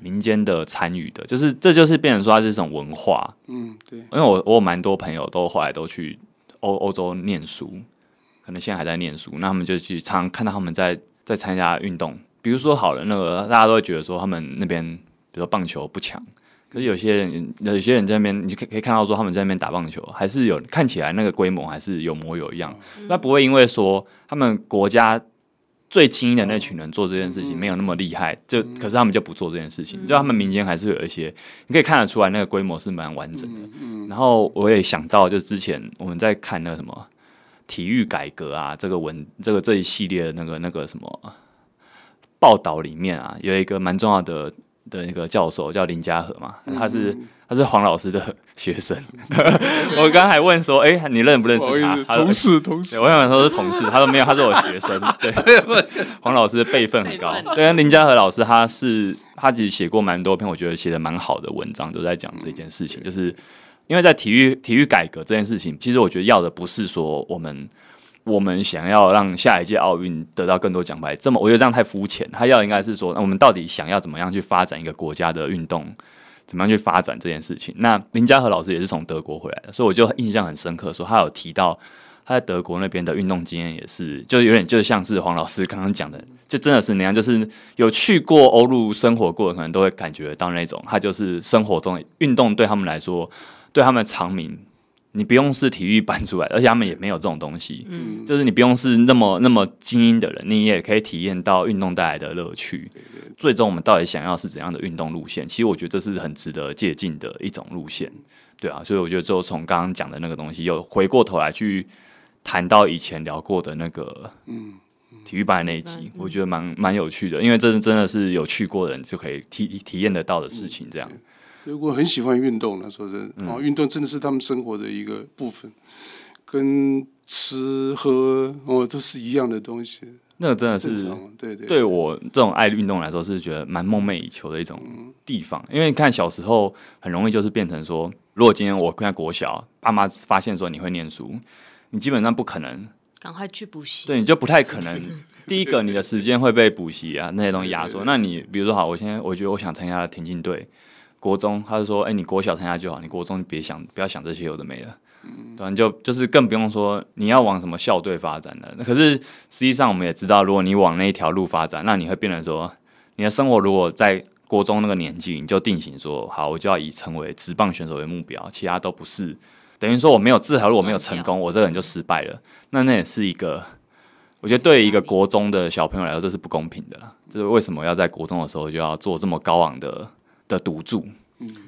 民间的参与的，就是这就是变成说它是一种文化。嗯，对，因为我我有蛮多朋友都后来都去欧欧洲念书，可能现在还在念书，那他们就去常常看到他们在在参加运动，比如说好了，那个大家都会觉得说他们那边，比如说棒球不强，可是有些人有些人在那边，你就可以可以看到说他们在那边打棒球，还是有看起来那个规模还是有模有样，嗯那、不会因为说他们国家。最精英的那群人做这件事嗯情没有那么厉害，就可是他们就不做这件事情，就他们民间还是有一些，你可以看得出来那个规模是蛮完整嗯的。然后我也想到，就之前我们在看那个什么体育改革啊，这个文这个这一系列的那个那个什么报道里面啊，有一个蛮重要的的那个教授叫林家和嘛，嗯他是、他是黄老师的学 *laughs* 生。我刚刚还问说，哎、你认不认不好呃识意他？思，他说哎同事同对，事，我想说是同事，他说没有，他是我学生。对，黄老师的辈分很高辈。分对，啊林家和老师他是他其实写过蛮多篇，我觉得写的蛮好的文章，都在讲这件事情，就是因为在体育体育改革这件事情，其实我觉得要的不是说我们。我们想要让下一届奥运得到更多奖牌，这么我觉得这样太肤浅。他要应该是说，那我们到底想要怎么样去发展一个国家的运动，怎么样去发展这件事情？那林家和老师也是从德国回来的，所以我就印象很深刻，说他有提到他在德国那边的运动经验也是，就有点就像是黄老师刚刚讲的，就真的是那样，就是有去过欧陆生活过的，可能都会感觉到那种，他就是生活中的运动对他们来说，对他们长明，你不用是体育班出来的，而且他们也没有这种东西，嗯，就是你不用是那么那么精英的人，你也可以体验到运动带来的乐趣。最终我们到底想要是怎样的运动路线？其实我觉得这是很值得借鉴的一种路线，对啊，所以我觉得就从刚刚讲的那个东西，又回过头来去。谈到以前聊过的那个，嗯，体育班那一集，我觉得蛮蛮有趣的，因为这是真的是有去过的人就可以体体验得到的事情，这样。德国很喜欢运动的，说真的，嗯啊、运动真的是他们生活的一个部分，跟吃喝哦都是一样的东西，那个真的正是常，对对对我这种爱运动来说，是觉得蛮梦寐以求的一种地方。因为你看小时候很容易就是变成说，如果今天我在国小，爸妈发现说你会念书，你基本上不可能赶快去补习。对，你就不太可能。第一个，你的时间会被补习啊那些东西压缩。那你比如说，好，我现在我觉得我想参加田径队，国中他就说，哎、你国小参加就好，你国中别想不要想这些有的没的，对啊、你就就是更不用说你要往什么校队发展了。可是实际上我们也知道，如果你往那一条路发展，那你会变成说，你的生活如果在国中那个年纪，你就定型说，好，我就要以成为职棒选手为目标，其他都不是。等于说我没有这条路我没有成功，我这个人就失败了。那那也是一个，我觉得对于一个国中的小朋友来说，这是不公平的啦。这是为什么要在国中的时候就要做这么高昂的的赌注？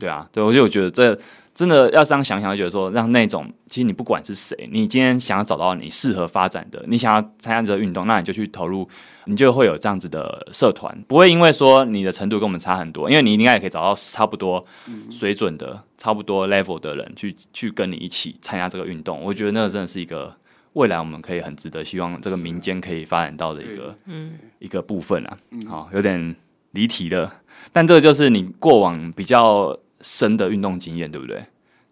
对啊，对，我就觉得这真的要这样想想，就觉得说让那种其实你不管是谁，你今天想要找到你适合发展的，你想要参加这个运动，那你就去投入，你就会有这样子的社团，不会因为说你的程度跟我们差很多，因为你应该也可以找到差不多水准的、差不多 level 的人去去跟你一起参加这个运动。我觉得那个真的是一个未来我们可以很值得希望这个民间可以发展到的一个嗯，一个部分啊。好，有点离题了，但这个就是你过往比较深的运动经验，对不对？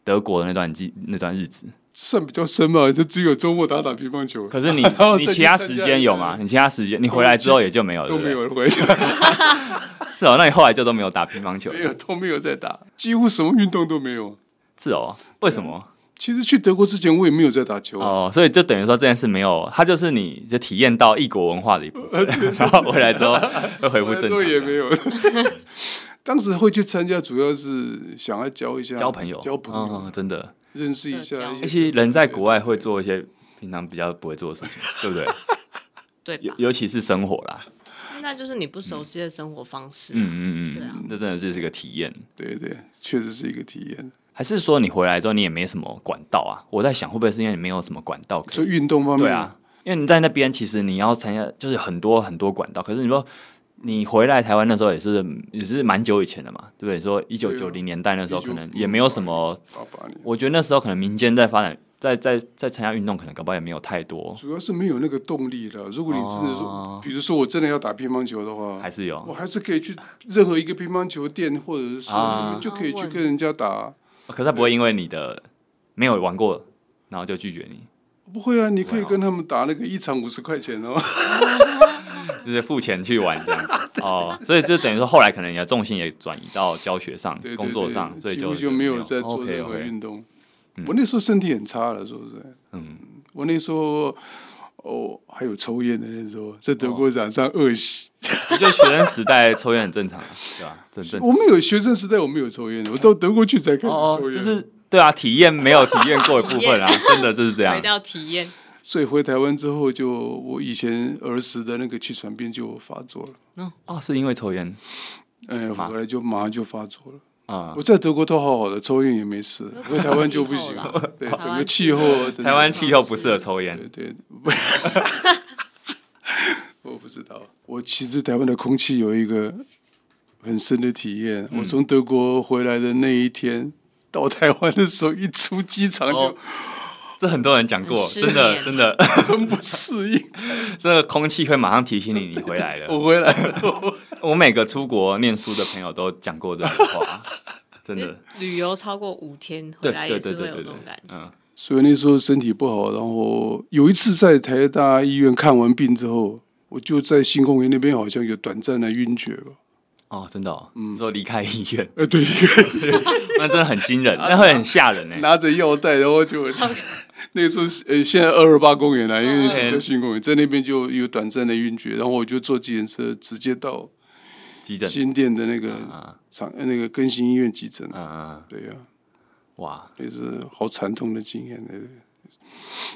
德国的那段记那段日子，算比较深嘛，就只有周末打打乒 *laughs* 乓球，可是 *laughs* 你后你再去其他哦参时加间一有下吗？你其他时间你回来之后也就没有了，都对不没对有人 *laughs* 回答，是哦，那你后来就都没有打乒乓球了，没有都没有在打，几乎什么运动都没有。是哦？为什么？其实去德国之前我也没有在打球，哦，所以就等于说这件事没有，它就是你就体验到异国文化的一部呃分， *laughs* 然后回来之后又恢复正常都了，也没有。 *laughs* 当时会去参加，主要是想要交一下交朋友，交朋友，嗯，真的。认识一社下交一其实些人在国外会做一些平常比较不会做的事 *laughs* 情，对不对？对尤吧？尤其是生活啦，那就是你不熟悉的生活方式。嗯嗯对啊嗯，这真的就是一个体验。对对，确实是一个体验。还是说你回来之后你也没什么管道啊？我在想会不会是因为你没有什么管道可就以？运动方面，对啊，因为你在那边其实你要参加就是很多很多管道，可是你说你回来台湾那时候也是也是蛮久以前的嘛，对不对？说一九九零年代那时候可能也没有什么，八八年，我觉得那时候可能民间在发展在在在参加运动，可能搞不好也没有太多，主要是没有那个动力了。如果你真的说，哦比如说我真的要打乒乓球的话，还是有我。还是可以去任何一个乒乓球店或者是什么啊就可以去跟人家打。可是他不会因为你的没有玩过，然后就拒绝你，不会啊，你可以哇哦跟他们打那个一场五十块钱哦。 *laughs* 就是付钱去玩这样子。哦，所以就等于说后来可能你的重心也转移到教学上、对对对工作上，所以几就乎就没有在做任 OK 何 OK，运动。我那时候身体很差了，说实在，嗯，我那时候哦还有抽烟的那时候，在哦德国染上恶习。就学生时代抽烟很正常啊，对吧？这很正常。我们有学生时代我没有抽烟的，我到德国去才开始哦抽哦，烟。就是对啊，体验没有体验过的部分啊，真的就是这样回。到体验，所以回台湾之后就，我以前儿时的那个气喘病就发作了，哦，是因为抽烟哎，麻回来就马上就发作了。啊我，在德国都好好的，抽烟也没事，回台湾就不行气候啦。对，台湾整个气候啊，等等台湾气候不适合抽烟对对， *laughs* 不我不知道。我其实台湾的空气有一个很深的体验。嗯我从德国回来的那一天，到台湾的时候，一出机场哦就，这很多人讲过，很失真的眠真的， *laughs* 很不适应。 *laughs* 这个空气会马上提醒你你回来我了。回来了，我每个出国念书的朋友都讲过这种话，真 *laughs* 的，旅游超过五天回对来对也对是会对有对这对种感，觉。嗯，所以那时候身体不好。然后有一次在台大医院看完病之后，我就在新公园那边好像有短暂的晕厥吧。哦，真的，哦，嗯你说离开医院，哎，对，那真的很惊 *laughs* 人，那会很吓人哎。拿着药袋，然后 *laughs* 就那个时候是，呃，现在二二八公园啦，因为那时候叫新公园，在那边就有短暂的晕厥，然后我就坐计程车直接到急诊，新店的那个啊，长呃那个更新医院急诊。嗯嗯，对呀、哇，那是好惨痛的经验。对对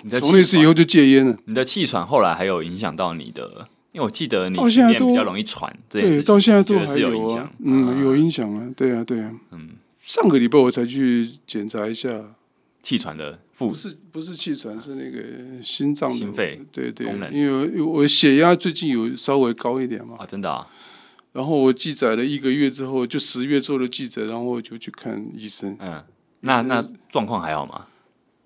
你的从那气次以喘，后就戒烟了。你的气喘后来还有影响到你的，因为我记得你到体现在验比都较容易喘这件对，事到情，现在觉都得还是有影啊响，嗯，啊有影响啊。对啊，对啊。嗯，上个礼拜我才去检查一下，气喘的不副是不是气喘，是那个心脏的心肺，对对功，能因为因为我血压最近有稍微高一点嘛，啊，真的啊，然后我记载了一个月之后，就十月做了记者，然后我就去看医生。嗯，那那状况还好吗？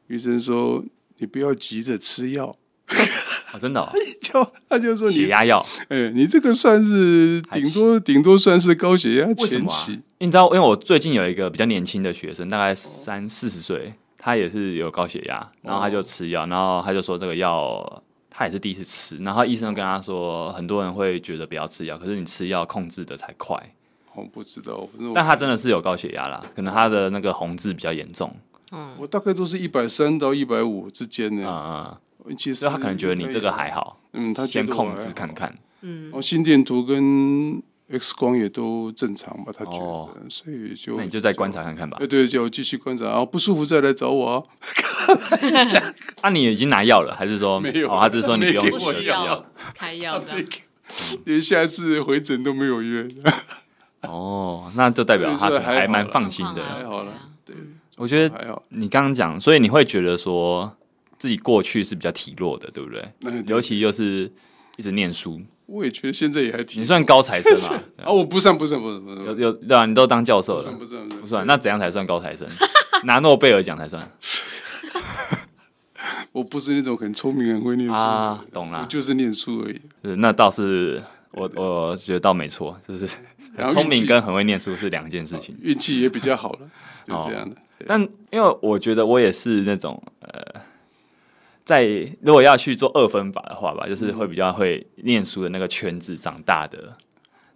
医生说：“你不要急着吃药。 *laughs* 啊，真的哦，就”他就说血你，压药哎，你这个算是还顶多顶多算是高血压为什前么、啊？期因。为你知道，因为我最近有一个比较年轻的学生，大概三四十岁，他也是有高血压，然后他就吃药，然后他就说这个药他也是第一次吃，然后医生就跟他说，很多人会觉得不要吃药，可是你吃药控制的才快，我不知道，反正但我他真的是有高血压啦，可能他的那个红痣比较严重，嗯，我大概都是一百三到一百五之间嗯呢。嗯，其实所以他可能觉得你这个还好，好，嗯，他觉先得我控还制好看。看，然后心电图跟 X 光也都正常吧，他觉哦得，所以就那你就再观察看看吧哎，。对，就继续观察，然啊后不舒服再来找我啊。啊，你已经拿药了，还是说没有哦，他只是说你不用 *laughs* 没不给我吃需药要开 *laughs* 药的，啊 *laughs* 连下次回诊都没有约，哦，那就代表他可能还蛮放心对的。还哎好了啊，对，我觉得还好。你刚刚讲，所以你会觉得说自己过去是比较体弱的，对不对？哎对尤其又是一直念书，我也觉得现在也还你挺算高材生 *laughs* 嘛？对啊，我不算不算不算不有算有对啊，你都当教授不了算，不算不算，那怎样才算高材生？拿诺贝尔奖 *laughs* 才算我不是那种很聪明很会念书的啊，懂我啦。就是念书而已。是那倒是我我觉得倒没错，就是 *laughs* 然后运气哦聪明跟很会念书是两件事情。运气也比较好了，就这样的。对但因为我觉得我也是那种呃，在如果要去做二分法的话吧，就是会比较会念书的那个圈子长大的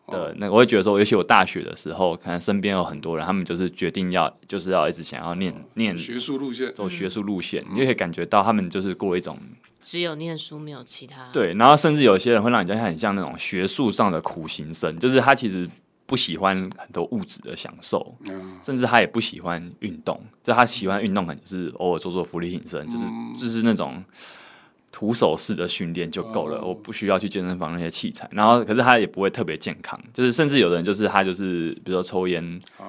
嗯的那个，我会觉得说，尤其我大学的时候，可能身边有很多人，他们就是决定要就是要一直想要念念嗯学嗯术路线，走学术路线，你就可以感觉到他们就是过一种只有念书没有其他。，对，然后甚至有些人会让人家很像那种学术上的苦行僧，就是他其实不喜欢很多物质的享受，嗯甚至他也不喜欢运动，就他喜欢运动可能嗯就是偶尔做做浮力挺身，就是就是那种徒手式的训练就够了，哦我不需要去健身房那些器材。然后，可是他也不会特别健康，就是甚至有的人就是他就是比如说抽烟啊，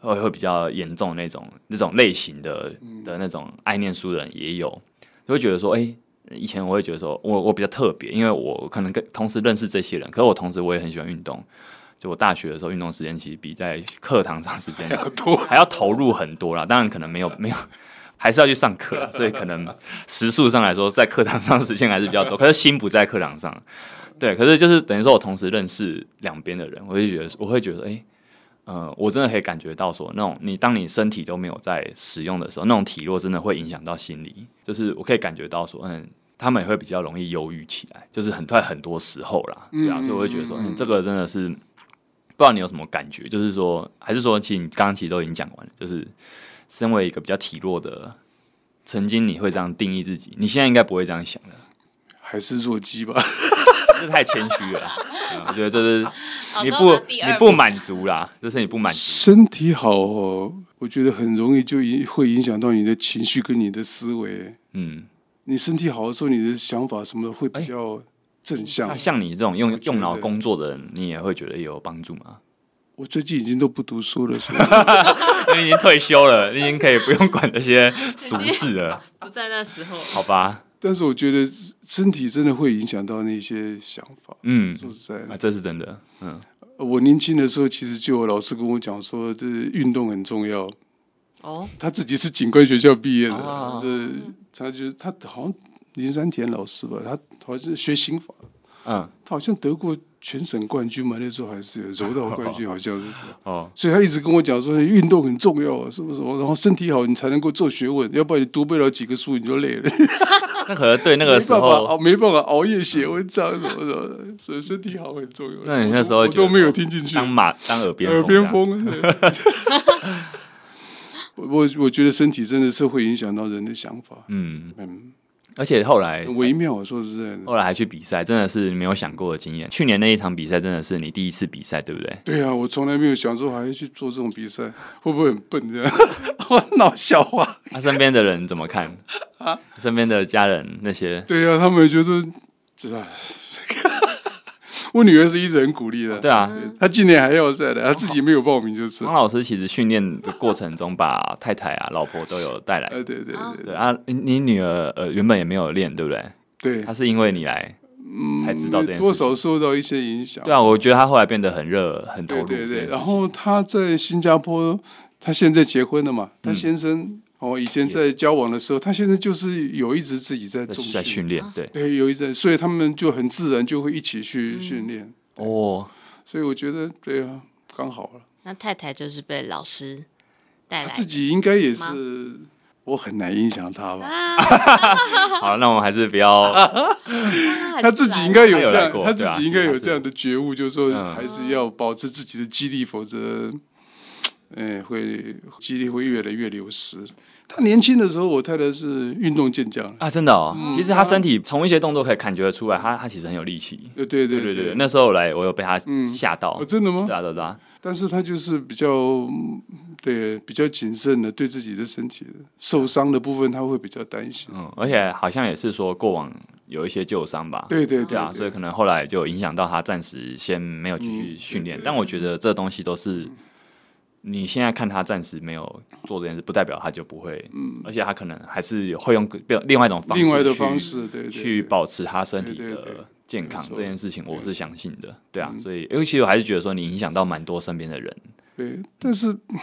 会会比较严重的那种那种类型的嗯的那种爱念书的人也有，就会觉得说，哎、以前我会觉得说我我比较特别，因为我可能跟同时认识这些人，可是我同时我也很喜欢运动。就我大学的时候，运动时间其实比在课堂上时间要多还要投入很多啦。当然可能没有没有，还是要去上课啊，所以可能时数上来说，在课堂上时间还是比较多，可是心不在课堂上。对，可是就是等于说我同时认识两边的人，我就觉得我会觉得，哎、呃，我真的可以感觉到说，那种你当你身体都没有在使用的时候，那种体弱真的会影响到心理。就是我可以感觉到说，嗯，他们也会比较容易忧郁起来，就是很快很多时候啦，对啊，嗯所以我会觉得说，嗯嗯嗯，这个真的是不知道你有什么感觉，就是说，还是说，其实你刚刚其实都已经讲完了，就是身为一个比较体弱的，曾经你会这样定义自己，你现在应该不会这样想了，还是弱鸡吧。这太谦虚了，嗯我觉得这是好你哦说不到第二你不满足啦，这是你不满足。身体好、哦，我觉得很容易就影会影响到你的情绪跟你的思维。嗯，你身体好的时候，你的想法什么的会比较正向。那像你这种用觉得用脑工作的人，你也会觉得有帮助吗？ *laughs* 我最近已经都不读书了，所以你已经退休了，你已经可以不用管这些俗事了，不在那时候，好吧？但是我觉得身体真的会影响到那些想法。嗯，说实在的啊，，这是真的。嗯，我年轻的时候，其实就有老师跟我讲说，这运动很重要。哦，他自己是警官学校毕业的，哦是他就他好像林山田老师吧，他好像是学刑法，嗯，他好像得过全省冠军嘛，那时候还是有柔道冠军，好像是这样。 *laughs* 哦，所以他一直跟我讲说，哎运动很重要啊，是不是？然后身体好，你才能够做学问，要不然你读不了几个书，你就累了，那可能 *laughs* 对那个没时办法哦候，熬， *laughs* 没办法熬夜写文章什么的，所以身体好很重要。那你那时候我觉得都没有听进去，当马当耳边耳边风风。对 *laughs* *laughs* 我我我觉得身体真的是会影响到人的想法这样。，嗯，嗯，而且后来很微妙。说实在的，后来还去比赛，真的是没有想过的经验。去年那一场比赛真的是你第一次比赛，对不对？对啊，我从来没有想说还要去做这种 *laughs* 比赛，会不会很笨这样？我闹笑话。他、啊身边的人怎么 *laughs* 看？身边的家人那些，对啊，他们觉得就是啊， *laughs* 我女儿是一直很鼓励的，对啊，她今年还要再来，她自己没有报名就是。王老师其实训练的过程中，把太太啊、老婆都有带来。呃，对对对对啊，你你女儿呃原本也没有练，对不对？对嗯她，是因为你来才知道这件多事情。少受到一些影响。对啊，我觉得她后来变得很热、很投对入这对件事情。对，然后他在新加坡，他现在结婚了嗯嘛？他先生、哦，以前在交往的时候，他先生就是有一直自己在在重在训，训练，对对，有一直在，所以他们就很自然就会一起去训练。哦，所以我觉得，对啊，刚好了。那太太就是被老师带他来自己应该也是，我很难影响他吧？啊，好了，那我们还是不要， *laughs* 他自己应该有他有这来样，过他对自啊己应该所以他有是这样的觉悟，就是说嗯还是要保持自己的激励，否则，哎，会激励会越来越流失。他年轻的时候，我太太是运动健将，啊，真的哦。嗯其实她身体从一些动作可以感觉得出来，她她其实很有力气。呃，对对对对对，那时候我来，我有被她吓到哦，。真的吗对？啊对啊对啊，但是他就是比较，嗯对，比较谨慎的，对自己的身体的受伤的部分，他会比较担心。嗯，而且好像也是说过往有一些旧伤吧。对对对啊，所以可能后来就影响到他暂时先没有继续嗯训练。对对嗯但我觉得这东西都是你现在看他暂时没有做这件事，不代表他就不会，而且他可能还是有会用个别另外一种方式，嗯另外的方式，对对去对保持他身体对对对的健康没错这件事情，我是相信的。对啊，嗯所以尤其实我还是觉得说你影响到蛮多身边的人对，但是嗯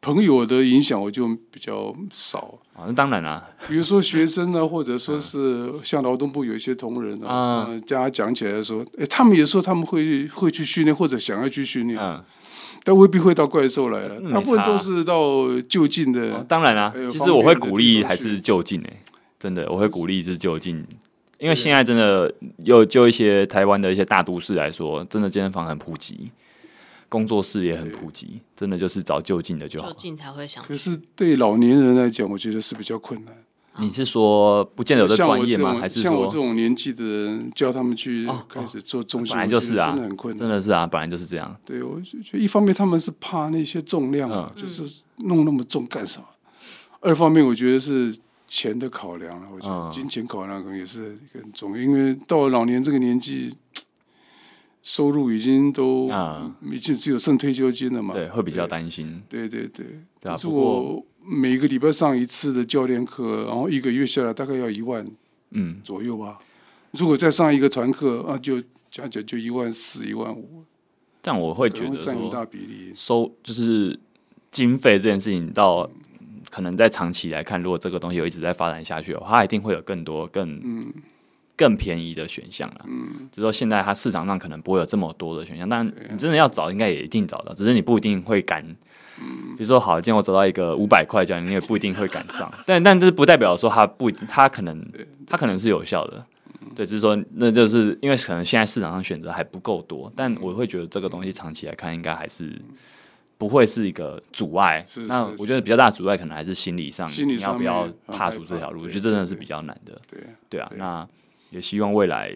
朋友的影响我就比较少。啊，那当然啦，比如说学生呢，或者说是像劳动部有一些同仁啊，嗯啊呃大家讲起来说，哎，他们也说他们会会去训练，或者想要去训练，嗯，但未必会到怪兽来了，嗯大部分没差都啊是到就近的。哦当然啦还有，其啊哎方实我便会的鼓地励方还去是就近诶、欸真的，我会鼓励是就近，因对为啊现在真的又就一些台湾的一些大都市来说，真的健身房很普及，工作室也很普及，真的就是找就近的就好就。近才会想可是对老年人来讲，我觉得是比较困难。你是说不见得有这像我专业这吗？还种是像我这说种年纪的人，叫他们去哦开始做中心，本来就是啊我觉得真的很困真难。的是啊，本来就是这样。对，我就觉得一方面他们是怕那些重量嗯啊，就是弄那么重干什么；二方面我觉得是钱的考量了，我觉得嗯金钱考量可能也是一个很重要，因为到了老年这个年纪。收入已经都、嗯已经只有剩退休金了嘛？对，会比较担心。对对对，对啊可是不过我每个礼拜上一次的教练课，然后一个月下来大概要一万嗯，左右吧。如果再上一个团课啊，就加起来就一万四、一万五，但我会可觉能会得占很说大比例。收就是经费这件事情到可能在长期来看，如果这个东西有一直在发展下去的话，它一定会有更多更、更便宜的选项啦。嗯，只是说现在它市场上可能不会有这么多的选项，但啊你真的要找，应该也一定找到，只是你不一定会敢。嗯比如说，好，今天我找到一个五百块这样，你也不一定会赶上。但但这不代表说它不一定，它可能它可能是有效的。嗯对，只是说，那就是因为可能现在市场上选择还不够多，嗯但我会觉得这个东西长期来看，应该还是不会是一个阻碍。是是那是我觉得比较大的阻碍可能还是心理上，心理你要上不要面很踏害出怕这条路，我对觉得真的是对比较难的。对，对啊，对那也希望未来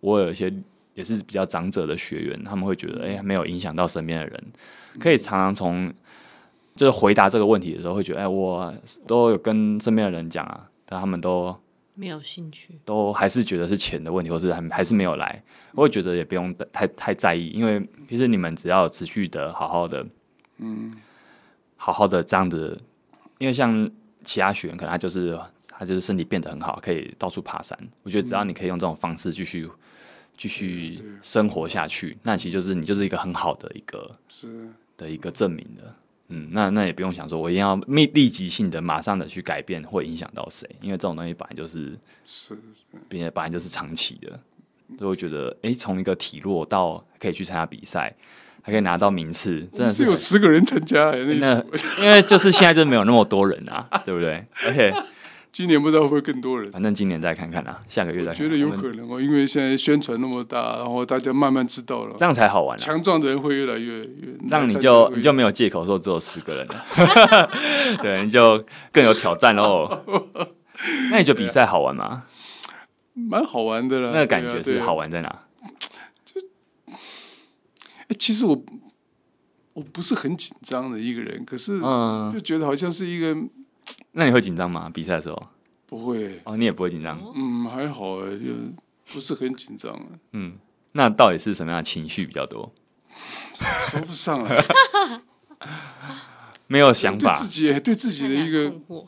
我有一些也是比较长者的学员，他们会觉得，哎、没有影响到身边的人，嗯可以常常从就是回答这个问题的时候，会觉得，哎、我都有跟身边的人讲啊，但他们都没有兴趣。都还是觉得是钱的问题，或是还还是没有来，我会觉得也不用太太在意，因为其实你们只要持续的好好的，嗯，好好的这样子，因为像其他学员可能他就是他就是身体变得很好，可以到处爬山，我觉得只要你可以用这种方式继续继续生活下去，那其实就是你就是一个很好的一个是的一个证明的。嗯，那那也不用想说，我一定要立立即性的、马上的去改变，会影响到谁？因为这种东西本来就是是并且本来就是长期的，所以我觉得，诶，从一个体弱到可以去参加比赛，还可以拿到名次，真的是是有十个人参加欸，那一那组因为就是现在就没有那么多人啊，对不对？而且今年不知道会不会更多人。反正今年再看看啦，下个月再看看觉得有哎我们可能哦，因为现在宣传那么大，然后大家慢慢知道了这，样才好玩啊。强壮的人会越来越越，这样你参加就会你就没有借口说只有十个人了， *laughs* 对，你就更有挑战喽。那你觉得比赛好玩吗？蛮好玩的啦。那个感觉啊对啊是好。玩在哪？对啊哎，其实我我不是很紧张的一个人，可是嗯，就觉得好像是一个那你会紧张吗？比赛的时候？不会，哦，你也不会紧张。嗯，还好哎，就不是很紧张啊，嗯，那到底是什么样的情绪比较多？说不 *laughs* 上来，没有想对法，自己对自己的一个困惑，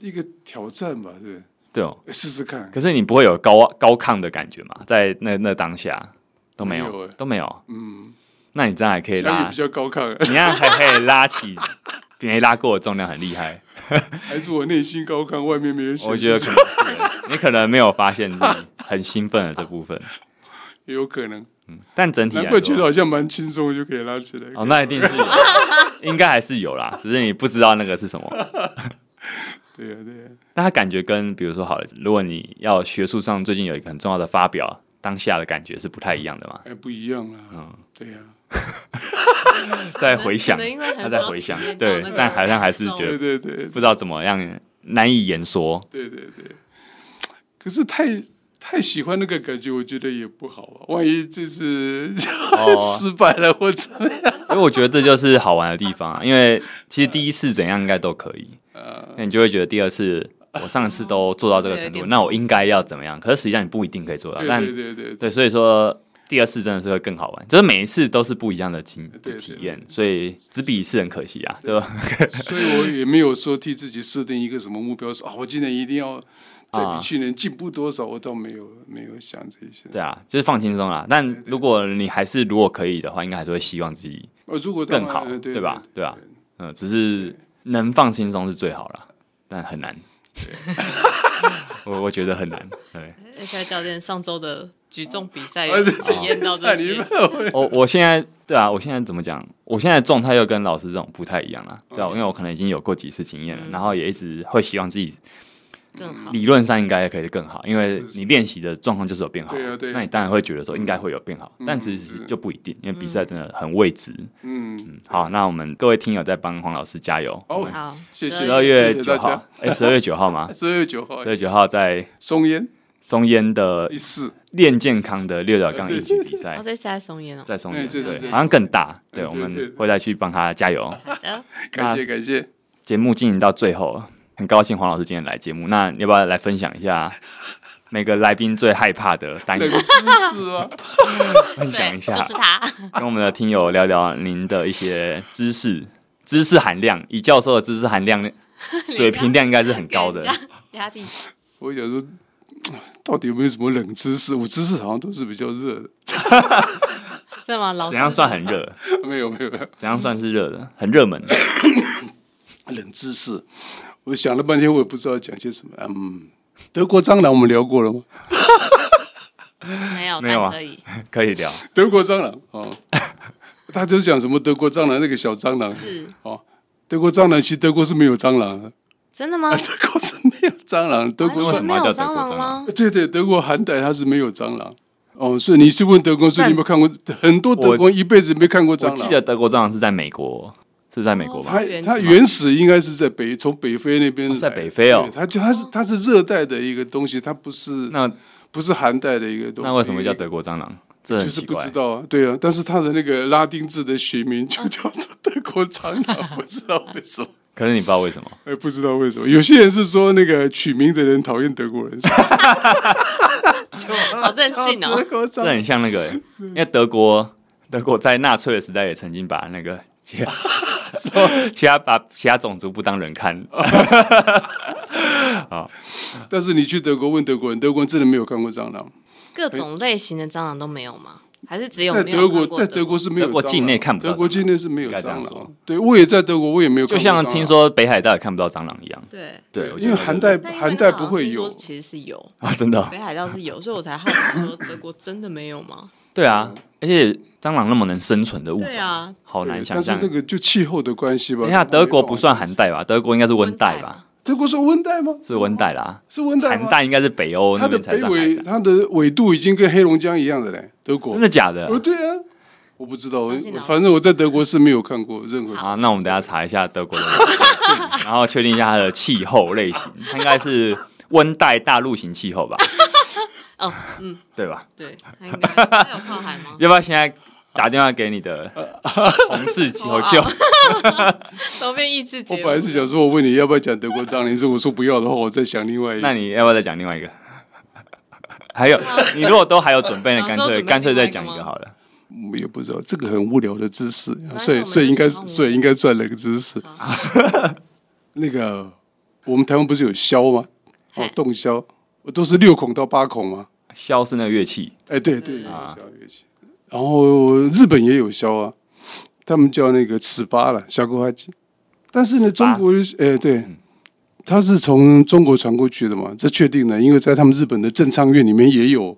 一个挑战吧，对，对哦。哎试试看，可是你不会有高啊高亢的感觉嘛？在那那当下都没有，没有欸都没有。嗯，那你这样还可以小雨拉比，较高亢，啊你这样还可以拉起没拉过的重量，很厉 *laughs* 害。还是我内心高亢，外面没有显示，我觉得可能是你可能没有发现自己很兴奋的这部分， *laughs* 也有可能。但整体难来怪觉得说，好像蛮轻松就可以拉起来。哦，那一定是有应该还是有啦，只是你不知道那个是什么。对呀、对呀、啊那他感觉跟比如说好了，如果你要学术上最近有一个很重要的发表，当下的感觉是不太一样的嘛。哎，不一样啦。嗯对啊呀、在回想嗯可能因为，很他少在回想体，验到对那个，但好像还是感受觉对得对对不知道怎么样，难以言 *laughs* 说。对对对。可是太太喜欢那个感觉，我觉得也不好啊。万一这次哦， *laughs* 失败了，或者所以我觉得这就是好玩的地方啊，因为其实第一次怎样应该都可以，呃那你就会觉得第二次我上次都做到这个程有度，点那我应该要怎么样？可是实际上你不一定可以做到，对但对对对对对，所以说第二次真的是会更好玩，就是每一次都是不一样的经对的对体验，所以只比一次很可惜啊，就所以我也没有说替自己设定一个什么目标，说啊，我今年一定要再啊比去年进步多少，我倒没有没有想这些。对啊，就是放轻松啦。但如果你还是如果可以的话，应该还是会希望自己呃，如果更好，对对吧？？对啊，嗯，只是能放轻松是最好了，但很难。 *laughs* 我我觉得很难，对。而且教练上周的举重比赛 *laughs* 啊也对体验到这在里些面，我我现在对啊，我现在怎么讲？我现在的状态又跟老师这种不太一样啦，哦对啊，因为我可能已经有过几次经验嗯了，然后也一直会希望自己更 *laughs* 好。理论上应该可以更好，因为你练习的状况就是有变好，对啊嗯对啊那你当然会觉得说应该会有变好，但其实是就不一定，因为比赛真的很未知。嗯，好，那我们各位听友再帮黄老师加油。好，好，谢谢十二月哎谢谢九大家号，哎，十二月九号 *laughs* 吗？十二月九号十二，月九号在松烟松烟的第四，练健康的六角杠硬举比赛我，这次在松烟哦。在松烟，哎这是这对，是好像更大，对，哎对我对们会再去帮他加油。好的，感谢感谢。节目进行到最后，很高兴黄老师今天来节目，那你要不要来分享一下每个来宾最害怕的单 *laughs* 那词个？姿势啊， *laughs* 分享一下，就是他。跟我们的听友聊聊您的一些知识、知识含量。以教授的知识含 *laughs* 量、水平量应该是很高的给。人家压力我想说，到底有没有什么冷知识？我知识好像都是比较热的， *laughs* 是吗？老师怎样算很热？没有没有没有怎样算是热的？很热门。冷知识。我想了半天，我也不知道讲些什么。嗯，德国蟑螂我们聊过了吗？没有，没有啊但可以可以聊。 *laughs* 德国蟑螂 *laughs* 哦，他就讲什么德国蟑螂那个小蟑螂是哦，德国蟑螂其实德国是没有蟑螂的，真的吗 *laughs* 啊、？德国是没有蟑螂，德国完为全什没么要有叫德蟑国蟑螂螂吗？ *laughs* 对对，德国寒带它是没有蟑螂。哦，所以你去问德国人说但你有没有看过？很多德国人一辈子没看过蟑我螂。记得德国蟑螂是在美国，是在美国吧？它原它始原始应该是在北从北非那边来、哦在北非哦对它就它是它是热带的一个东西，它不是那不是寒带的一个东西。那为什么叫？德国蟑螂？这很就是奇不知怪。道啊，对啊，但是它的那个拉丁字的学名就叫做德国蟑 *laughs* 螂，不知道为什么。可是你不知道为什么？哎，不知道为什么，有些人是说那个取名的人讨厌德国人， *laughs* 好任性德 *laughs* 哦！国蟑这螂很像那个欸，因为德国德国在纳粹的时代也曾经把那个其 *laughs* 他其他把其他种族不当人看，啊但是你去德国问德国人，德国人真的没有看过蟑螂，各种类型的蟑螂都没有吗？还是只有在没有德看过国在德国是没有蟑德螂，国境内看不到德国境内是没有应该这样蟑说螂。对，我也在德国，我也没有看就过蟑螂。像听说北海道也看不到蟑螂一样。对，对，我觉因得为寒带但因为寒带好不像会听说有，其实是有 *laughs* 啊，真的哦北海道是有，所以 *laughs* 我才好奇说德国真的没有 *laughs* 吗？对啊，而且蟑螂那么能生存的物对种，啊，好难对想象但是。这个就气候的关系吧。等一下，这个没德国办法不算寒带吧？德国应该是温带吧？德国是温带吗？是温带啦，是温带吗寒带应该是北欧它那的边才北算寒纬，带。它的纬度已经跟黑龙江一样的嘞。德国真的假的哦，？对啊，我不知道，我相信老师反正我在德国是没有看过任何。好，那我们等一下查一下德 *laughs* 国的纬度，然后确定一下它的气候类型，它应该是温带大陆型气候吧？哦，对吧？对，它应该它有靠海 *laughs* 吗？要不要现在打电话给你的同事求救？都变益智我节本目来是想说，我问你要不要讲德国蟑螂，你说我说不要的话，我再想另外一那个。你要不要再讲另外一个？ *laughs* 还有，你如果都还有准 *laughs* 备呢，老师干脆有啊准备干脆另再外一个讲一吗个好了。我也不知道，这个很无聊的知识，系所以我们所以应就喜该欢无聊所以应该算冷知识。 *laughs* 那个我们台湾不是有箫吗？哦嘿，洞箫都是六孔到八孔吗？箫是那个乐器，哎，对对，有箫乐器。然后日本也有箫啊，他们叫那个尺八了，小勾哈吉。但是呢，笆中国的哎对，它是从中国传过去的嘛，这确定的，因为在他们日本的正仓院里面也有，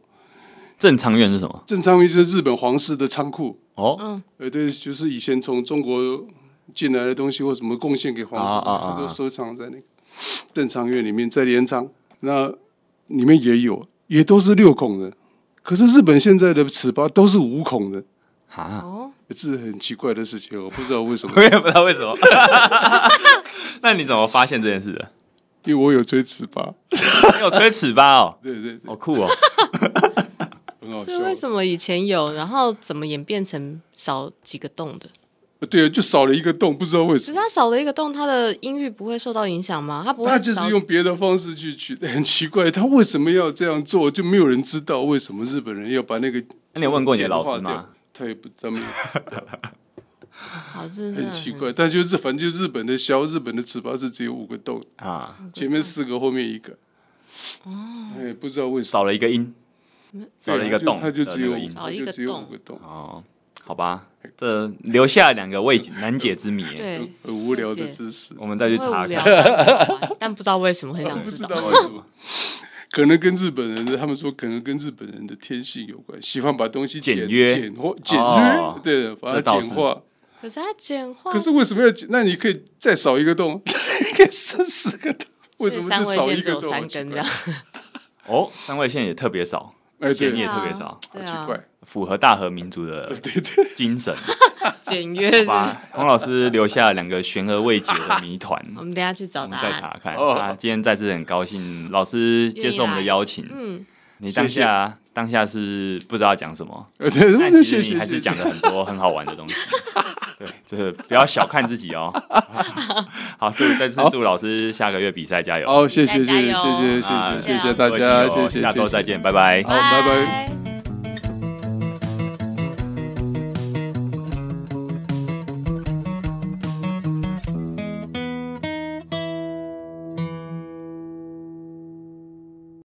正常院是什么？正仓院就是日本皇室的仓库，嗯哦，呃，对，就是以前从中国进来的东西或什么贡献给皇啊室，啊啊啊他都收藏在那个正仓院里面，在镰仓那里面也有，也都是六孔的。可是日本现在的尺八都是五孔的，哈，哦，这是很奇怪的事情，我不知道为什么 *laughs* 我，也不知道为什么。 *laughs* 那你怎么发现这件事的？因为我有追尺八，你有吹尺八哦，对对对，好酷哦！很好所以为笑。什么以前有，然后怎么演变成少几个洞的？对，就少了一个洞，不知道为只什是么。它少了一个洞，它的音域不会受到影响吗？它不会他就少是用别的方式去取，很奇怪，他为什么要这样做？就没有人知道为什么日本人要把那个那你有问过你的老师简化掉吗？？他也不，他们好，这是很奇怪，但就是反正就日本的削，日本的糍粑是只有五个洞，啊，前面四个，后面一个。哦，哎，不知道为什么少了一个音，少了一个洞它就它就只有的那个音少一它个就只有洞五个洞，哦，好吧，这留下两个未解难解之谜。对，很无聊的知识，我们再去会查无聊看。，但不知道为什么很想不知知道。道为什么。可能跟日本人的，他们说可能跟日本人的天性有关，喜欢把东西简简约简化、简哦约，对的，把这倒它是简化。可是它简化，可是为什么要简？那你可以再少一个 *laughs* 洞，可以剩四个洞，为什所以么三就位少一线只个有洞？三根这样？哦，三味线也特别少，哎，线也对，特别少，好 *laughs* 对奇啊，怪， *laughs* 符合大和民族的对对。精神。简约是好不是。吧，洪老师留下两个悬而未解的谜团。我们等一下去找我们答再案。查看。哦那今天再次很高兴，老师接受我们的邀请。嗯，你当下当下是不知道讲什么，呃，对，但那其谢实谢，你还是谢谢讲了很多很好玩的东 *laughs* 西。对，就是不要小看自己哦。好，所以再次祝老师下个月比赛加油。哦啊好，谢谢，谢大家加油谢，谢谢，谢那谢谢，谢谢谢大家，谢谢，下周谢谢再见，拜拜。好拜拜。